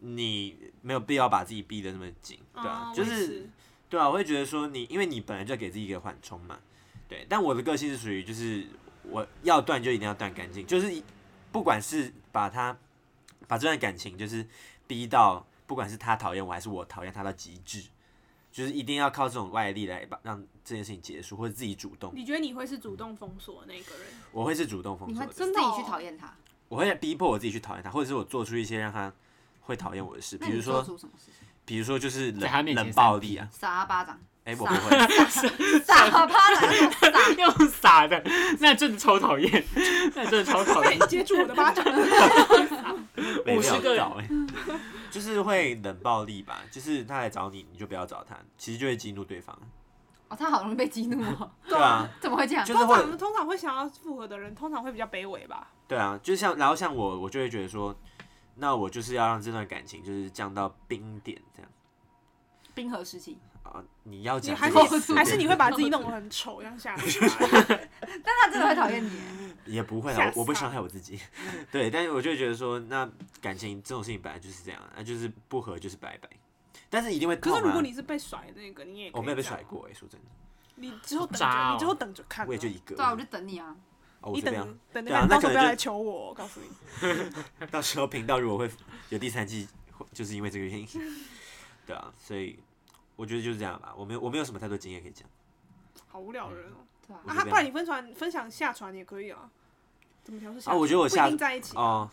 你没有必要把自己逼得那么紧，对啊，哦嗯就我也是对啊，我会觉得说你因为你本来就要给自己一个缓冲嘛，对，但我的个性是属于就是我要断就一定要断干净，就是一不管是把他把这段感情就是逼到不管是他讨厌我还是我讨厌他到极致。就是一定要靠这种外力来把让这件事情结束，或者自己主动。你觉得你会是主动封锁的那 个人？我会是主动封你锁会的。自己真的哦去讨厌他？我会逼迫我自己去讨厌他，或者是我做出一些让他会讨厌我的事，那比你如做说，出什么事情？比如说就是在他冷面前冷暴力啊，撒他巴掌， 哎、傻我不会，撒他巴掌，撒 用傻的，那真的超讨厌，那真的超讨厌你。接住我的巴掌，没50料个到哎、就是会冷暴力吧，就是他来找你，你就不要找他，其实就会激怒对方，哦，他好容易被激怒哦， 对啊，怎么会这样？就是通会，常通常会想要复合的人，通常会比较卑微吧。对啊，就像然后像我，我就会觉得说，那我就是要让这段感情就是降到冰点这样冰河时期，啊，你要你讲还这是个是词还是你会把自己弄得很丑， 这样下来。但他真的会讨厌嗯你，也不会吓啊，死我我不他伤害我自己。 对，但是我就觉得说，那感情这种事情本来就是这样，啊那就是不合就是拜拜。但是一定会痛可啊！是如果你是被甩的那个，你也可以我没有被这样甩，过哎、说真的，你之后等渣着，哦你之后等着看啊。我也就一个。对啊，我就等你啊，哦，我你是这等样。等对啊那个，那到时可能候不要就来求我，我告诉你。 到时候频道如果会有第三季，会就是因为这个原 因。对啊，所以我觉得就是这样吧。我没有我没有什么太多经验可 以讲。好无聊的人哦。对吧嗯我？就这啊，样不然你分传分享下传也可以啊。怎么调是下传？啊我觉得我下不一定在一起。哦，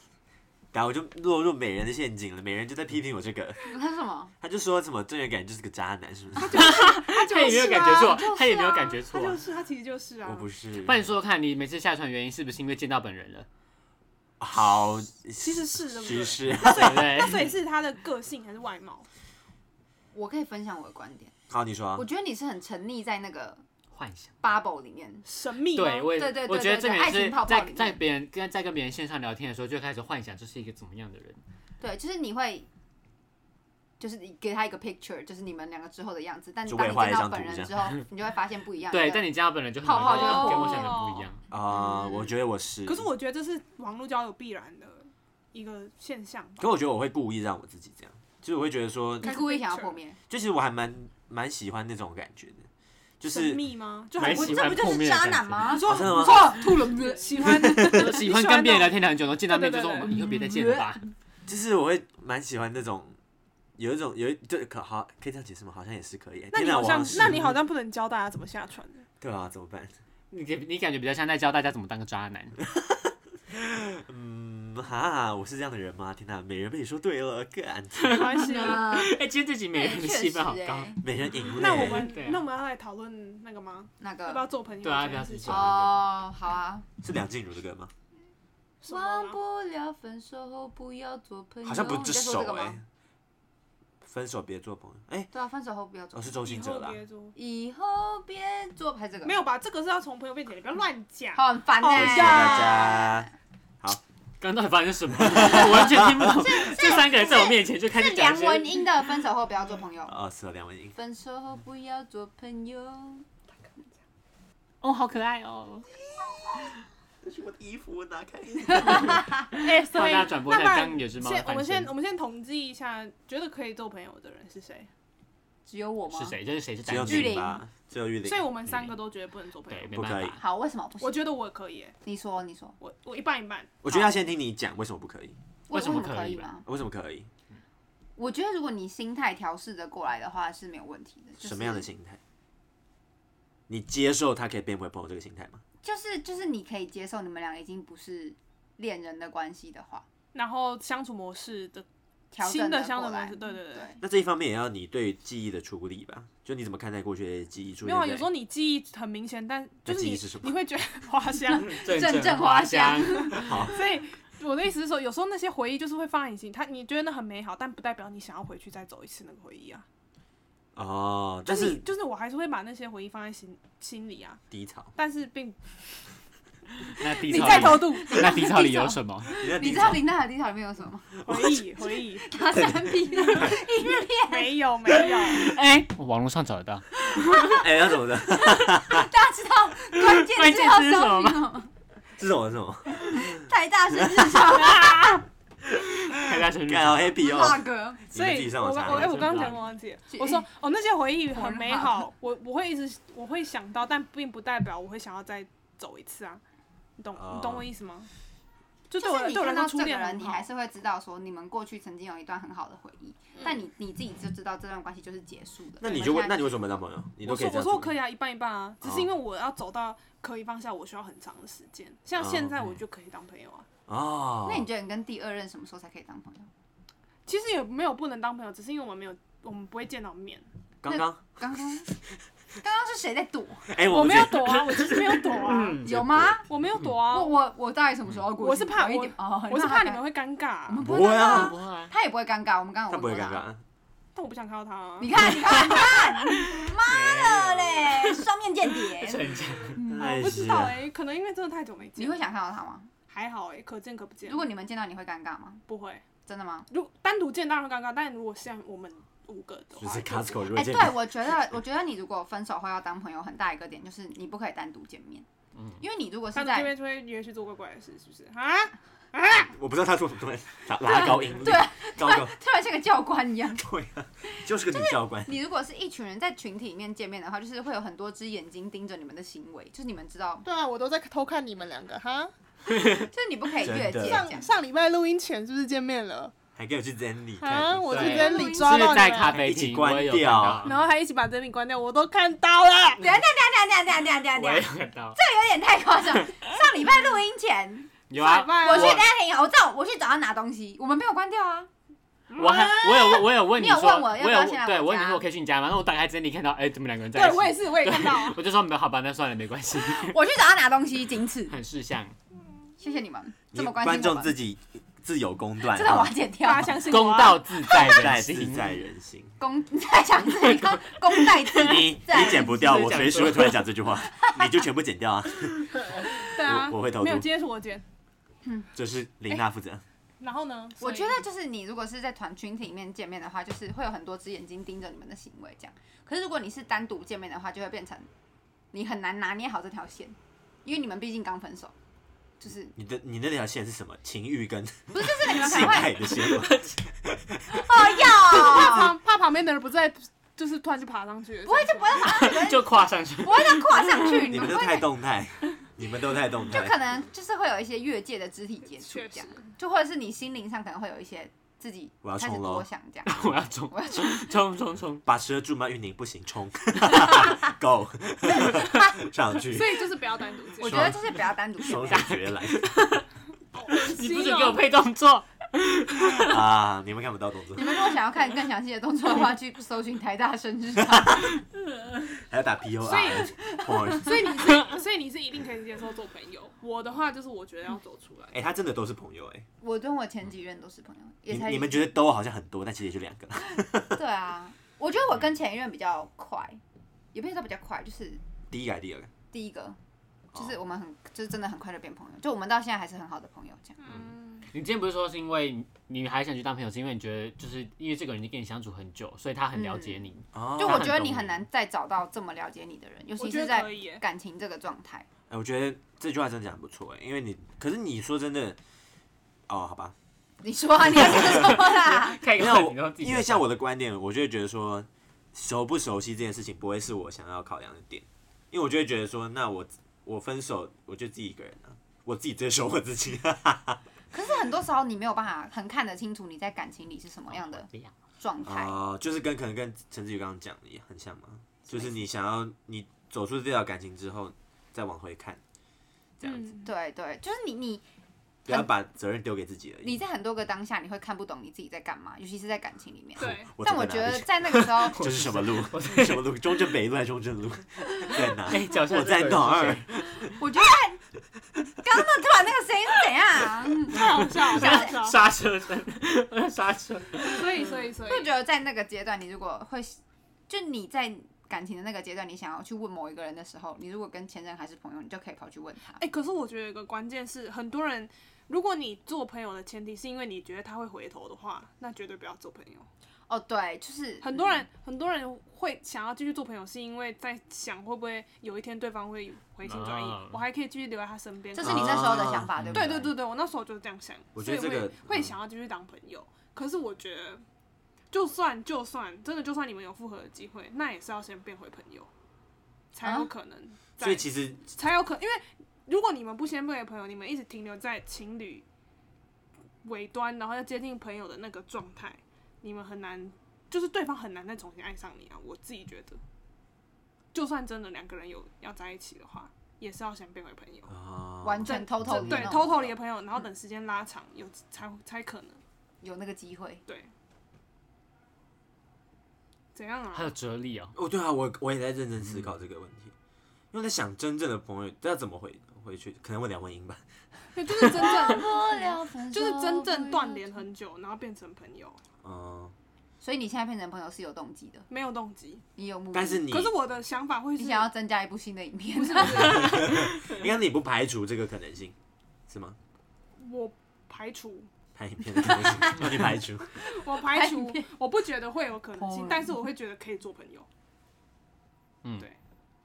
然后我就落入美人的陷阱了。美人就在批评我这个， 嗯他是什么？他就说什么郑源感就是个渣男，是不是？他也没啊有感觉错，他也没有感觉他错。就是，他其实就是啊。 我不是不。然你说说看，你每次下船原因是不是因为见到本人了？好，其实是对不其对？实对不对那？所以是他的个性还是外貌？我可以分享我的观点， 好，你说啊我觉得你是很沉溺在那个幻想。 bubble 里面，神秘吗对，我也对对对我觉得对这对点爱是情泡泡在里面在别人跟在跟别人线上聊天的时候，就开始幻想这是一个怎么样的人。对，就是你会。就是你给他一个 picture，就是你们两个之后的样子，但你就当为你画见一到张本图人这样之后，你就会发现不 一样的。对，但你见到本人就很泡泡明显就会跟破我想的不一样。啊，我觉得我是。可是我觉得这是网络交友必然的一个现象吧。可我觉得我会故意让我自己这样，就是我会觉得说，你故意想要破灭，就其实我还蛮蛮喜欢那种感觉的，就神是秘吗？就蛮很我喜这欢不破就是灭的渣感男觉吗？ 你说哦真的吗错，吐 了，喜欢我 喜欢喜欢跟别人那聊天聊很久，然后见到面就对说对我哦对们以后别再见了吧。就是我会蛮喜欢那种有一种有一就可好可以这样解释吗？好像也是可以。哎那天你哪好像王，室那你好像不能教大家怎么下船。 对啊，怎么办？你给你感觉比较像在教大家怎么当个渣男。嗯哈，我是这样的人吗？天哪，美人被你说对了，干，没关系。那哎，今天这集每 人的戏份好 确实高欸。美人哎赢了。 那我对们啊那我们要来讨论那个吗？那要个不要做朋友？对啊这件事情不要哦，好啊。是梁静茹的歌吗？什么忘啊不了分手后不要做朋友，好像不你是在说首这个哎、吗？分手别做朋友。哎、对啊，分手后不要做哦，是周以啊兴哲后啦。别做。以后别做拍这个，没有吧？这个是要从朋友面前，你不要乱讲。好很烦呢、欸好谢谢笑大家。刚刚到底发生什么？ 我完全听不懂。这三个人在我面前就开是始讲梁一文些。音的分手后不要做朋友，哦，是哦梁文英。分手后不要做朋友。哦，好可爱 哦。这是我的衣服，我拿开。 哎，所帮以大家那转不播一下然刚刚有只猫先我翻们身先我们先统计一下，觉得可以做朋友的人是谁？只有我吗？是？谁？这是谁是只单有玉你玲吧，只有玉玲所以。我们三个都觉得不能做朋对，友。没不可办以法。好，为什么不行？我觉得我可以耶，你说，你说，我我一半一半。我觉得要先听你讲为什么不可以，为为什么可可以吗？为什么可以，我觉得如果你心态调试的过来的话是没有问题的。就是什么样的心态？你接受他可以变回朋友这个心态吗？就是就是你可以接受你们俩已经不是恋人的关系的话，然后相处模式的调整新的得相过处模来嗯式对对对对，那这一方面也要你对记忆的处理吧，就你怎么看待过去的记忆出没现有啊，在？有时候你记忆很明显，但那就是记忆你是什么你会觉得花 香。阵阵阵阵花花香香。所以我的意思是说，有时候那些回忆就是会放在你心里，它你觉得那很美好，但不代表你想要回去再走一次那个回忆啊。哦，就但是是你就是我还是会把那些回忆放在心心里啊，低潮，但是并那低你潮再里，偷渡那低潮里有什么？你在你低知潮道林奈尔低潮里面有什么 吗？回忆 回忆，打闪避 的，没有没有，哎，我网络上找得到。哎，那怎么的？大家知道关键关字键要字是什么搜吗寻吗？这种这种，太大声日常啊开大声日干好 常， happy 哦， bug，你所们自以己我上网查刚我一哎、下。我刚刚讲忘记了，我说哦那些回忆很美好，我我会一直我会想到，但并不代表我会想要再走一次啊，你懂、你哦懂我意思吗？就对就我是你对我来看说到初这个恋人，很你好还是会知道说你们过去曾经有一段很好的回忆，但你你自己就知道这段关系就是结束的。嗯那你就问，那你你为什么没当朋友？你都我可以说这我样说我做。可以啊，一半一半啊，只哦是因为我要走到可以放下，我需要很长的时间。像哦现在我 OK 就可以当朋友啊。哦，那你觉得你跟第二任什么时候才可以当朋友？其实也没有不能当朋友，只是因为我们没有，我们不会见到面。刚刚刚刚 刚刚是谁在躲？哎，我们没有自己躲啊，我就是没有躲嗯嗯啊，有吗？我没有躲我啊，我我大概什么时候过去？嗯我是怕有一点哦，我是那怕还你们会尴尬啊，我们不会会啊尴尬，不会啊，他也不会尴尬。我们刚刚他有不会问过尴尬。但我不想看到他啊。你看，你看，你 看，妈的嘞，双面间谍！我哎不知道哎、可能因为真的太久没见，你会想看到他吗？还好哎、可见可不见。如果你们见到，你会尴尬吗？不会，真的吗？如果单独见当然会尴尬，但如果像我们五个的就话，是 Costco 如哎、果见对，我觉得，我觉得你如果分手后要当朋友，很大一个点就是你不可以单独见面，嗯因为你如果是单独见在面就会约去做怪怪的事，是不是啊？我不知道他说什么东西，拉拉高音，对，糟糕，突然像个教官一样，对啊，就是个女教官，你如果是一群人在群体里面见面的话，就是会有很多只眼睛盯着你们的行为，就是你们知道，对啊，我都在偷看你们两个哈。就是你不可以越界真这的样。上上礼拜录音前是不是见面了？还给我去 Zenly 啊，看，我对去跟录你音抓到是你们在了咖啡一起厅，关我也有看掉到，然后还一起把整理关掉，我都看到了。等一下等一下等一下等一下等一下等一下我等也一有下，看到，啊这有点太夸张。上礼拜录音 前，有啊上礼，拜啊我去等一下等一下，我知道我去找他拿东西，我们没有关掉啊。我还我有问我有问你你有说，问我我要不要先来有对我我问你家说我可以去你家吗？然后我打开真理看到，哎，怎么两个人在一对起？我也是，我也看 到啊。我就说没有，好吧，那算了，没关系，我去找他拿东西，仅此。很识相。谢谢你们你这么关心观众自己，己自有公断，真的我要剪掉大家。相信我、公啊。道自在在人自心，在人心。公再讲一次，你刚公带字，你在你剪不掉，是我讲随时错会突然讲这句话，你就全部剪 掉啊！对啊，我我会投诉没有，今天是我剪。这是林娜负责。然后呢？所我以觉得就是你如果是在团群体里面见面的话，就是会有很多只眼睛盯着你们的行为这样。可是如果你是单独见面的话，就会变成你很难拿捏好这条线，因为你们毕竟刚分手，就是你的你那条线是什么？情欲跟不是就是你们可性能会爱的线吗？哦怕要，旁怕旁边的人不在，就是突然就爬上去了。不会就不会把 就跨上去。不会再跨上去，你们们不都会太再动态，你们都太动就可态。能就是会有一些越界的肢体接触确这实样，，就或者是你心灵上可能会有一些自己我要开始冲咯多想这样。我要冲我要冲，冲冲冲！把持得住吗？玉宁不行， 冲，Go，上去 所，以就是不要单独见。我觉得就是不要单独见双面手决来你不准给我配动作，啊！你们看不到动作你，们如果想要看更详细的动作的话，去搜寻台大生日常。还要打 P O 所 R 以 porn。所以你是 所以你是一定可以接受做朋友。我的话就是我觉得要走出来。哎，他真的都是朋友哎。我跟我前几任都是朋友，也你才你们觉得都好像很多，但其实也就两个。对啊？我觉得嗯我跟前一任比较快，也不是说比较快，就是第一个还是第二个？第一个，哦就是我们很就是真的很快就变朋友，就我们到现在还是很好的朋友这样。嗯，你之前不是说是因为你还想去当朋友，是因为你觉得就是因为这个人已经跟你相处很久，所以他很了解你。哦就我觉得你懂很难再找到这么了解你的人，尤我其觉是得在可以耶。感情这个状态。哎、我觉得这句话真的讲得不错哎，因为你，可是你说真的，哦，好吧，你说啊，你要讲什么啦？ 看一没个有哎你都，自己因为像我的观点，我就会觉得说，熟不熟悉这件事情不会是我想要考量的点，因为我就会觉得说，那我我分手，我就自己一个人啊，我自己最熟我自己、啊可是很多时候你没有办法很看得清楚你在感情里是什么样的这样状态。哦、就是跟可能跟陈志宇刚刚讲的也很像嘛，就是你想要你走出这条感情之后，再往回看，这样子，嗯对对，就是你你不要把责任丢给自己而已。你在很多个当下，你会看不懂你自己在干嘛，尤其是在感情里面。对，我但走我在觉哪得里在那个时候，这是什么路？这是 什么路？中正北路还是中正路？在哪？哎，脚下我在哪哪儿？我觉得在刚刚那突然那个声音是怎 样？太好笑了，太好笑 刹车声，我在刹车。了。 所以所以所以会，觉得在那个阶段，你如果会，就你在感情的那个阶段，你想要去问某一个人的时候，你如果跟前任还是朋友，你就可以跑去问他哎、。可是我觉得有一个关键是，很多人如果你做朋友的前提是因为你觉得他会回头的话，那绝对不要做朋友。哦，对，就是很多人、很多人会想要继续做朋友，是因为在想会不会有一天对方会回心转意，啊我还可以继续留在他身边。这是你那时候的想法，啊对不对对？对对对，我那时候就是这样想，我觉得所以这个会会嗯想要继续当朋友。可是我觉得，就算就算真的就算你们有复合的机会，那也是要先变回朋友，才有啊可能在。所以其实才有可，因为如果你们不先变为朋友，你们一直停留在情侣尾端，然后要接近朋友的那个状态，你们很难，就是对方很难再重新爱上你啊。我自己觉得，就算真的两个人有要在一起的话，也是要先变为朋友，啊，完全偷偷对，偷哦偷离的朋友，然后等时间拉长，有才才可能有那个机会。对。怎样还有啊？哲理哦，哦，对啊，我我也在认真思考这个问题，因为在想真正的朋友要怎么回回去，可能问梁文英吧。对，就是真正，分就是真正断联。很久，然后变成朋友，嗯，所以你现在变成朋友是有动机的，没有动机。你有目的，但是你，可是我的想法会是，你想要增加一部新的影 片，应该你不排除这个可能性，是吗？我排除，拍影片的可能性， 你排除。我排除，我不觉得会有可能性， 但是我会觉得可以做朋友。嗯对，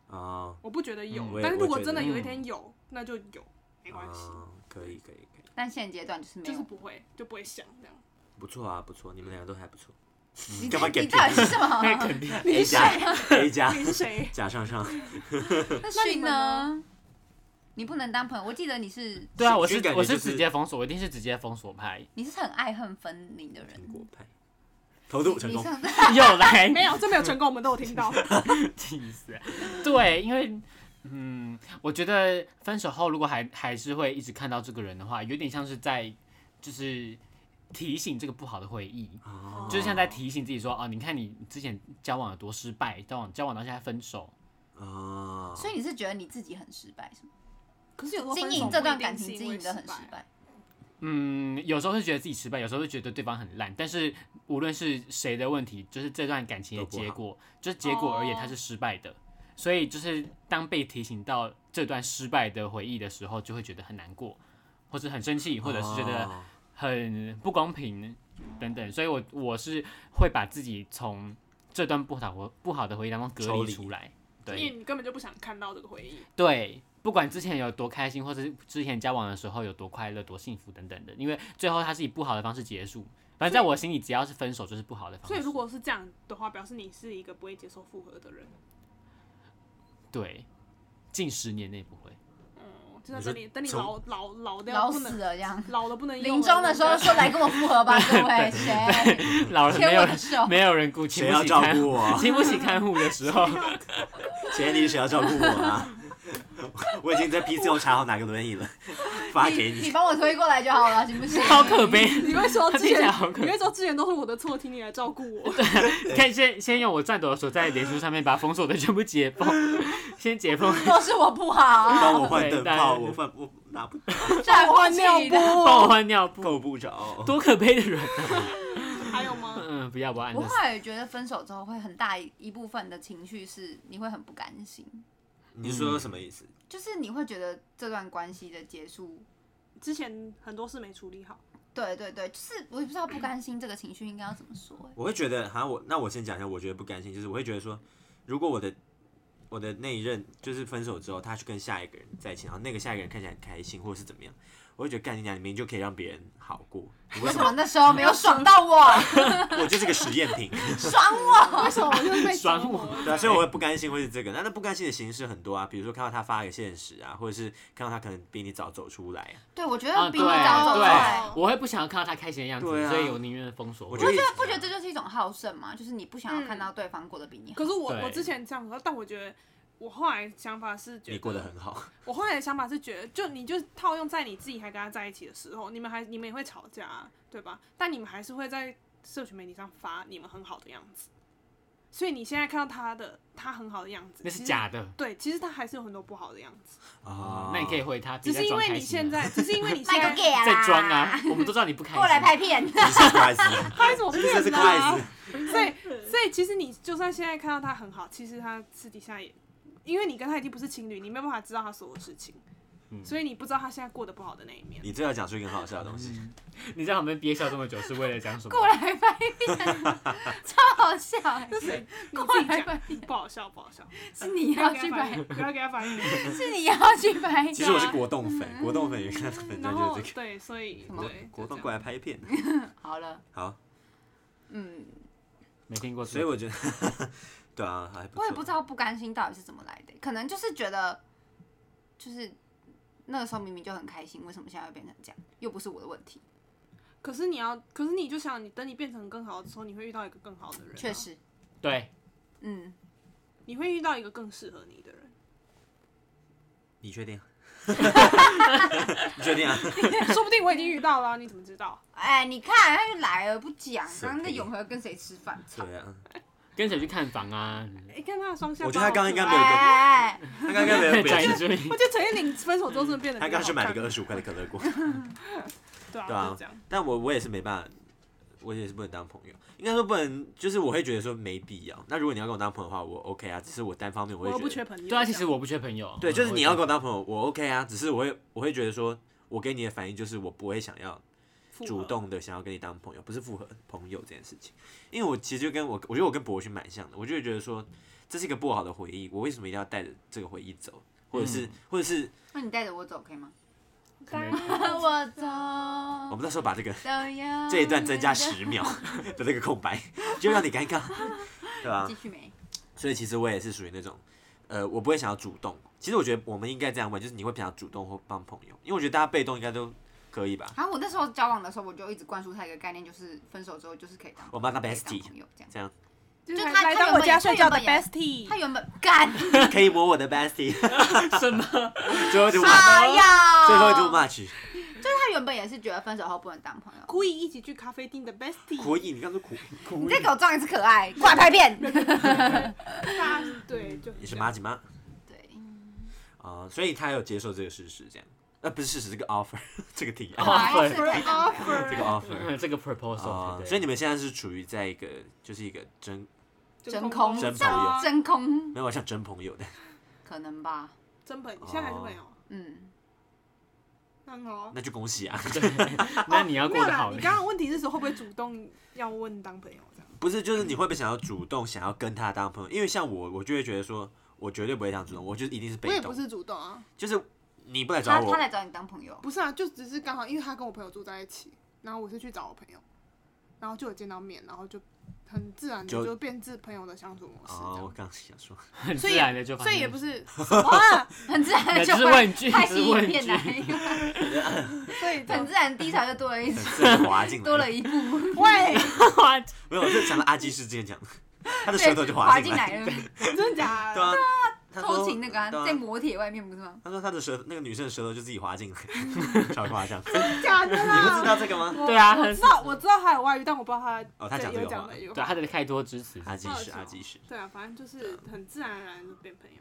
哦，我不觉得有嗯我，也但是如我果觉真的得有一天有，那就有，没关系，哦可以可以可以，但现阶段就是没就是有。不会，就不会想这样。不错啊，不错，你们两个都还不错。你干嘛给你到底是什 么？ A 加 A 加啊你是谁？加上上，那那你训们呢呢？你不能当朋友，我记得你是对啊，我就是是感觉我是就是直接封锁，我一定是直接封锁派。你是很爱恨分明的苹人。果派，投毒成你功。上次又哎来，没有，这没有成功，我们都有 听到。气死！ 对，因为嗯，我觉得分手后如果还还是会一直看到这个人的话，有点像是在就是提醒这个不好的回忆，哦就是像在提醒自己说，哦，你看你之前交往有多失败，交往交往到现在分手，哦， 所以你是觉得你自己很失败，是吗？可是有时候经分手营不这一段定感是情因经为营的很失啊失败，嗯，有时候是觉得自己失败，有时候是觉得对方很烂，但是无论是谁的问题，就是这段感情的都不好结果，就是结果而言，哦它是失败的。所以就是当被提醒到这段失败的回忆的时候，就会觉得很难过，或者很生气，或者是觉得哦很不公平等等。所以我我是会把自己从这段不好的不好的回忆当中隔抽离离出来。因对，为你根本就不想看到这个回忆。对，不管之前有多开心，或者是之前交往的时候有多快乐、多幸福等等的，因为最后它是以不好的方式结束。反正在我心里，只要是分手就是不好的方式。所以如果是这样的话，表示你是一个不会接受复合的人。对近十年内不 会，嗯，就你是说等你等你从老老老掉老啊不死能了这样。老的不能用了。临终的时候说来跟我复合 吧，各位谁？老人没牵有我的人手。没有人顾，请谁不要起照看顾护， 我？请不起看护的时 候，前提是谁要照顾我 啊？我已经在 PCO 查好哪个轮椅 了，发给你你。帮我推过来就好了，行不行？好可悲。 你会说他之听起来前好，可你会说之前都是我的错，请你来照顾我。可以先先用我颤抖的手在脸书上面把封锁的全部解封，先解 封，都是我不 好，帮我换灯泡，对我换我拿不站不换起尿的。帮我布。换尿布，够不着。多可悲的人啊！还有吗？嗯，不要不要按我这后来也觉得分手之后会很大一部分的情绪是你会很不甘心，你说什么意思？就是你会觉得这段关系的结束，之前很多事没 处理好，对对对，就是我也不知道不甘心这个情绪应该要怎么说、欸我会觉得，好像我那我先讲一下，我觉得不甘心，就是我会觉得说，如果我的我的那一任就是分手之后，他去跟下一个人在一起，然后那个下一个人看起来很开心，或者是怎么样，我会觉得干你娘，你明明就可以让别人好过，你为为什什么么那时候没有爽到我？我就是个实验品？爽我！为什么我就是被爽折磨我对啊，所以我会不甘心会是这个。那那不甘心的形式很多啊，比如说看到他发一个现实啊，或者是看到他可能比你早走出来啊。对，我觉啊得比对你早走出来。对，我会不想要看到他开心的样子，哦对啊所以我宁愿封锁。我觉我得觉得不觉得这就是一种好胜吗？就是你不想要看到对方过得比你好。可是我对我之前这样，但我觉得我后来想法是觉得你过得很好，我后来的想法是觉得，就你就套用在你自己还跟他在一起的时候，你们还你们也会吵架、啊，对吧？但你们还是会在社群媒体上发你们很好的样子，所以你现在看到他的他很好的样子，那是其实假的。对，其实他还是有很多不好的样子，啊那 你可以回他，只别是再因装为开你心现了在，只是因为你现 卖个在 gay 啊！在装啊， 我们都知道你不开心。 过来拍片， Jesus Christ，拍什么这是片啦 Christ， 所以所以其实你就算现在看到他很好，其实他私底下也，因为你跟他已经不是情侣，你没有办法知道他所有事情，嗯所以你不知道他现在过得不好的那一面。你最要讲出一个很好笑的东西，你在旁边憋笑这么久是为了讲什么？ 过来拍片，超好笑欸！谁？你过自己来讲拍不好笑，不好笑。 是你不要要给他去反拍，应，不要给他反应。 是你要去拍啊的。其实我是国栋粉，国栋粉也看粉然专就后是这个对，所以什么对，国就栋这过样来拍片，好了， 好，嗯，没听过，所以我觉得， 对啊，还不我也不错知。道不甘心到底是怎么来的，欸可能就是觉得，就是那个时候明明就很开心，为什么现在会变成这样？又不是我的问题。可是你要，可是你就想，你等你变成更好的时候，你会遇到一个更好的人、啊啊确，实，对，嗯，你会遇到一个更适合你的 人。你确定？啊你确定啊？说不定我已经遇到了啊、你怎么知道？哎，你看他就来了不讲，死刚刚在皮永和跟谁吃饭？操！对啊，跟谁去看房 啊？哎、看他的双下巴，我觉得他刚刚应该好没可有一爱个哎，他刚刚没 有表转移现，注意我。觉得陈彦霖分手之后真的变得他比较刚好去买了一个看二十五块的可乐果。对啊，对啊就是这样。但我我也是没办法，我也是不能当朋友。应该说不能，就是我会觉得说没必要。那如果你要跟我当朋友的话，我 OK 啊。只是我单方面我我会又觉不得，缺朋友。对啊，其这实样我不缺朋友。对，就是我你要跟我当朋友，我 OK 啊。只是我会我会觉得说，我给你的反应就是我不会想要复合主动的想要跟你当朋友，不是复合朋友这件事情。因为我其实就跟我我觉得我跟博勋蛮像的，我就会觉得说这是一个不好的回忆，我为什么一定要带着这个回忆走，或者嗯是、或者是那你带着我走可以吗？可能 我走，我们那时候把这个都要这一段增加十秒 的这个空白，就让你尴尬，对吧、继续没？所以其实我也是属于那种，呃，我不会想要主动。其实我觉得我们应该这样问，就是你会想要主动或帮朋友，因为我觉得大家被动应该都可以吧。然后我那时候交往的时候，我就一直灌输他一个概念，就是分手之后就是可以当我们要当可以哦 bestie 朋友这样。这样 就就来他来他到原我本家也睡他觉原的本也 bestie，他原本 干可以摸我的 bestie， 什么？ 最后 too much，哎呀，最后 too much。他原本也是觉得分手后不能当朋友。故意一起去咖啡厅的 bestie，苦役，你刚说苦苦你再给我装一次可爱，过来拍片。大家对就你很是像妈吉妈对，啊，所以他有接受这个事实，这样，呃，不是事实，这个 offer，这个 提案，哦还是 offer 可以当朋友 offer 这个 offer 这个 proposal，啊对，不对所以你们现在是处于在一个就是一个真真空真啊朋友真空没有像真朋友的，可能吧？真哦朋友，现在还是朋友，嗯，那很好啊。那就恭喜啊！那你要没过有得啦好，欸你刚刚问题是说会不会主动要问当朋友这样？不是，就是你会不会想要主动想要跟他当朋友？因为像我，我就会觉得说，我绝对不会想主动，我就一定是我被也不动，是主动啊，就是你不来找他他我，来找你当朋友，不是啊，就只是刚好因为他跟我朋友住在一起，然后我是去找我朋友，然后就有见到面，然后就很自然的就就变至朋友的相处模式这哦，我样。刚想说，很所自以然的就发所以现也不是什么啊， 很自然那地就就是会问 句，拍只是戏影问片句。 来，所以很自然低潮就多了 一很顺滑进来，多了一步， 喂，没有，我就想到阿基师之前讲的，他的 舌头对，就滑进进来了，真的 假对的？啊，他说 偷情那个啊对在磨铁外面不是 吗？他说他的舌，那个女生的舌头就自己滑进来， 超夸张，你假的不啦！知道这个吗？对啊，我知道我知道他有外遇，但我不知道他哦他讲这有个讲话的有对啊他的太多支持，阿基不好意师，思哦阿基师，对啊，反正就是很自然而然就变朋友。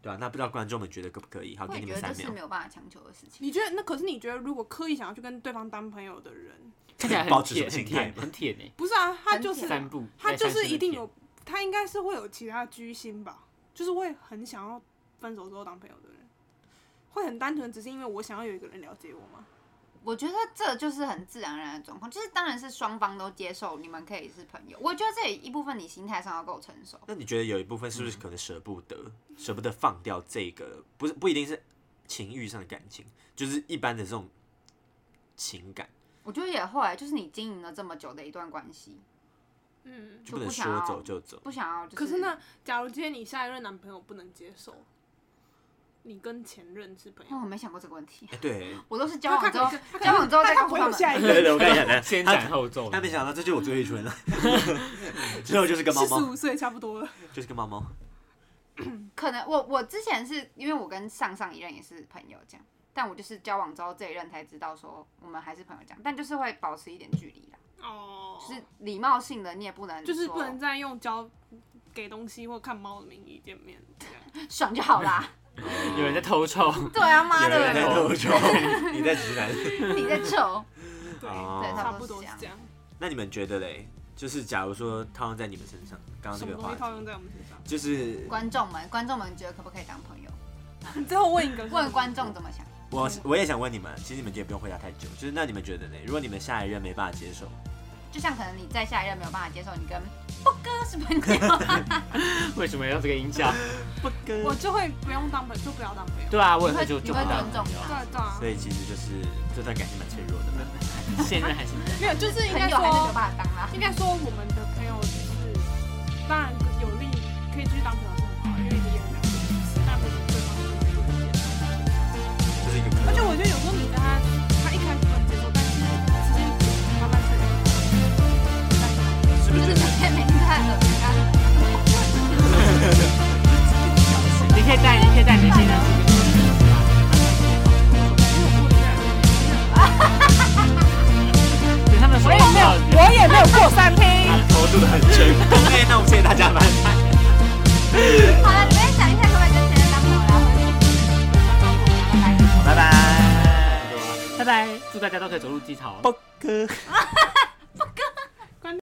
对啊，那不知道观众们觉得可不可以？好，我给也你觉们得这是三秒没，有办法强求的事情。你觉得那可是你觉得如果刻意想要去跟对方当朋友的人，看起来保很持什么心铁，很态铁，很铁呢。不是啊，他就很是铁三步，他在就三是四一定天有，他应该是会有其他居心吧，就是会很想要分手之后当朋友的人，会很单纯，只是因为我想要有一个人了解我吗？我觉得这就是很自然而然的状况，就是当然是双方都接受，你们可以是朋友。我觉得这也一部分你心态上要够成熟，那你觉得有一部分是不是可能舍不得，舍不得放掉这个？不是不一定是情欲上的感情，就是一般的这种情感，我觉得也会，就是你经营了这么久的一段关系，嗯，就不能不想说要走就走。不想要就是。可是那假如今天你下一任男朋友不能接受，你跟前任是朋哦，我友，没想过这个问题，哎，对，哎我都是交往之后他可，交往之后再他告诉不会他有们。下一哦对啊对任，对，我看一下，等先一下斩他后奏。他没想到这就是我最后一春了，之后就是个猫四十猫，五岁差不多了，就是个猫猫。可能我我之前是因为我跟上上一任也是朋友这样，但我就是交往之后这一任才知道说我们还是朋友这样，但就是会保持一点距离啦，哦，就是礼貌性的你也不能就是说不能再用交给东西或看猫的名义见面，这样 爽就好 啦。有人在偷臭，对啊，妈有人哦在的，斗争，你在直男。你在臭，对，哦差不多是这样。 那你们觉得嘞？就是假如说套用在你们身上，刚刚什这么个东话西套用题，在我们身上？就是观众们，观众们觉得可不可以当朋友？你最后问一个，问观众怎么想？我我也想问你们，其实你们也不用回答太久，就是那你们觉得呢？如果你们下一任没办法接受，就像可能你在下一任没有办法接受你跟波哥是 朋友，为什么要这个音效？不跟我就会不用当朋友，就不要当朋友。对啊，我也你会会就就你会不当尊重朋友他对啊对啊所，以其实就是这段感情蛮脆弱的嘛。现任还是没有，就是应朋该友还是没有说，办法当啦。应该说我们的朋友就是，当然有利可以继续当朋友是很好，因为你也很了解彼此，但不是对方是不能接受。这是一个而坑且我觉得有时候你跟他，他一开始不能接受，但是时间久了，慢慢适应了。是不就是是就是每天每天看着他，你可以带，你可以带你的现任去跟对他们说，我哦也没有，我也没有过三天，投入的 很成功？哎，那我们谢谢大家，拜拜。好了，你们想一下可不可以跟现任当朋友啦？或者是拜拜。拜拜。拜拜，祝大家都可以走入低潮。哦不可。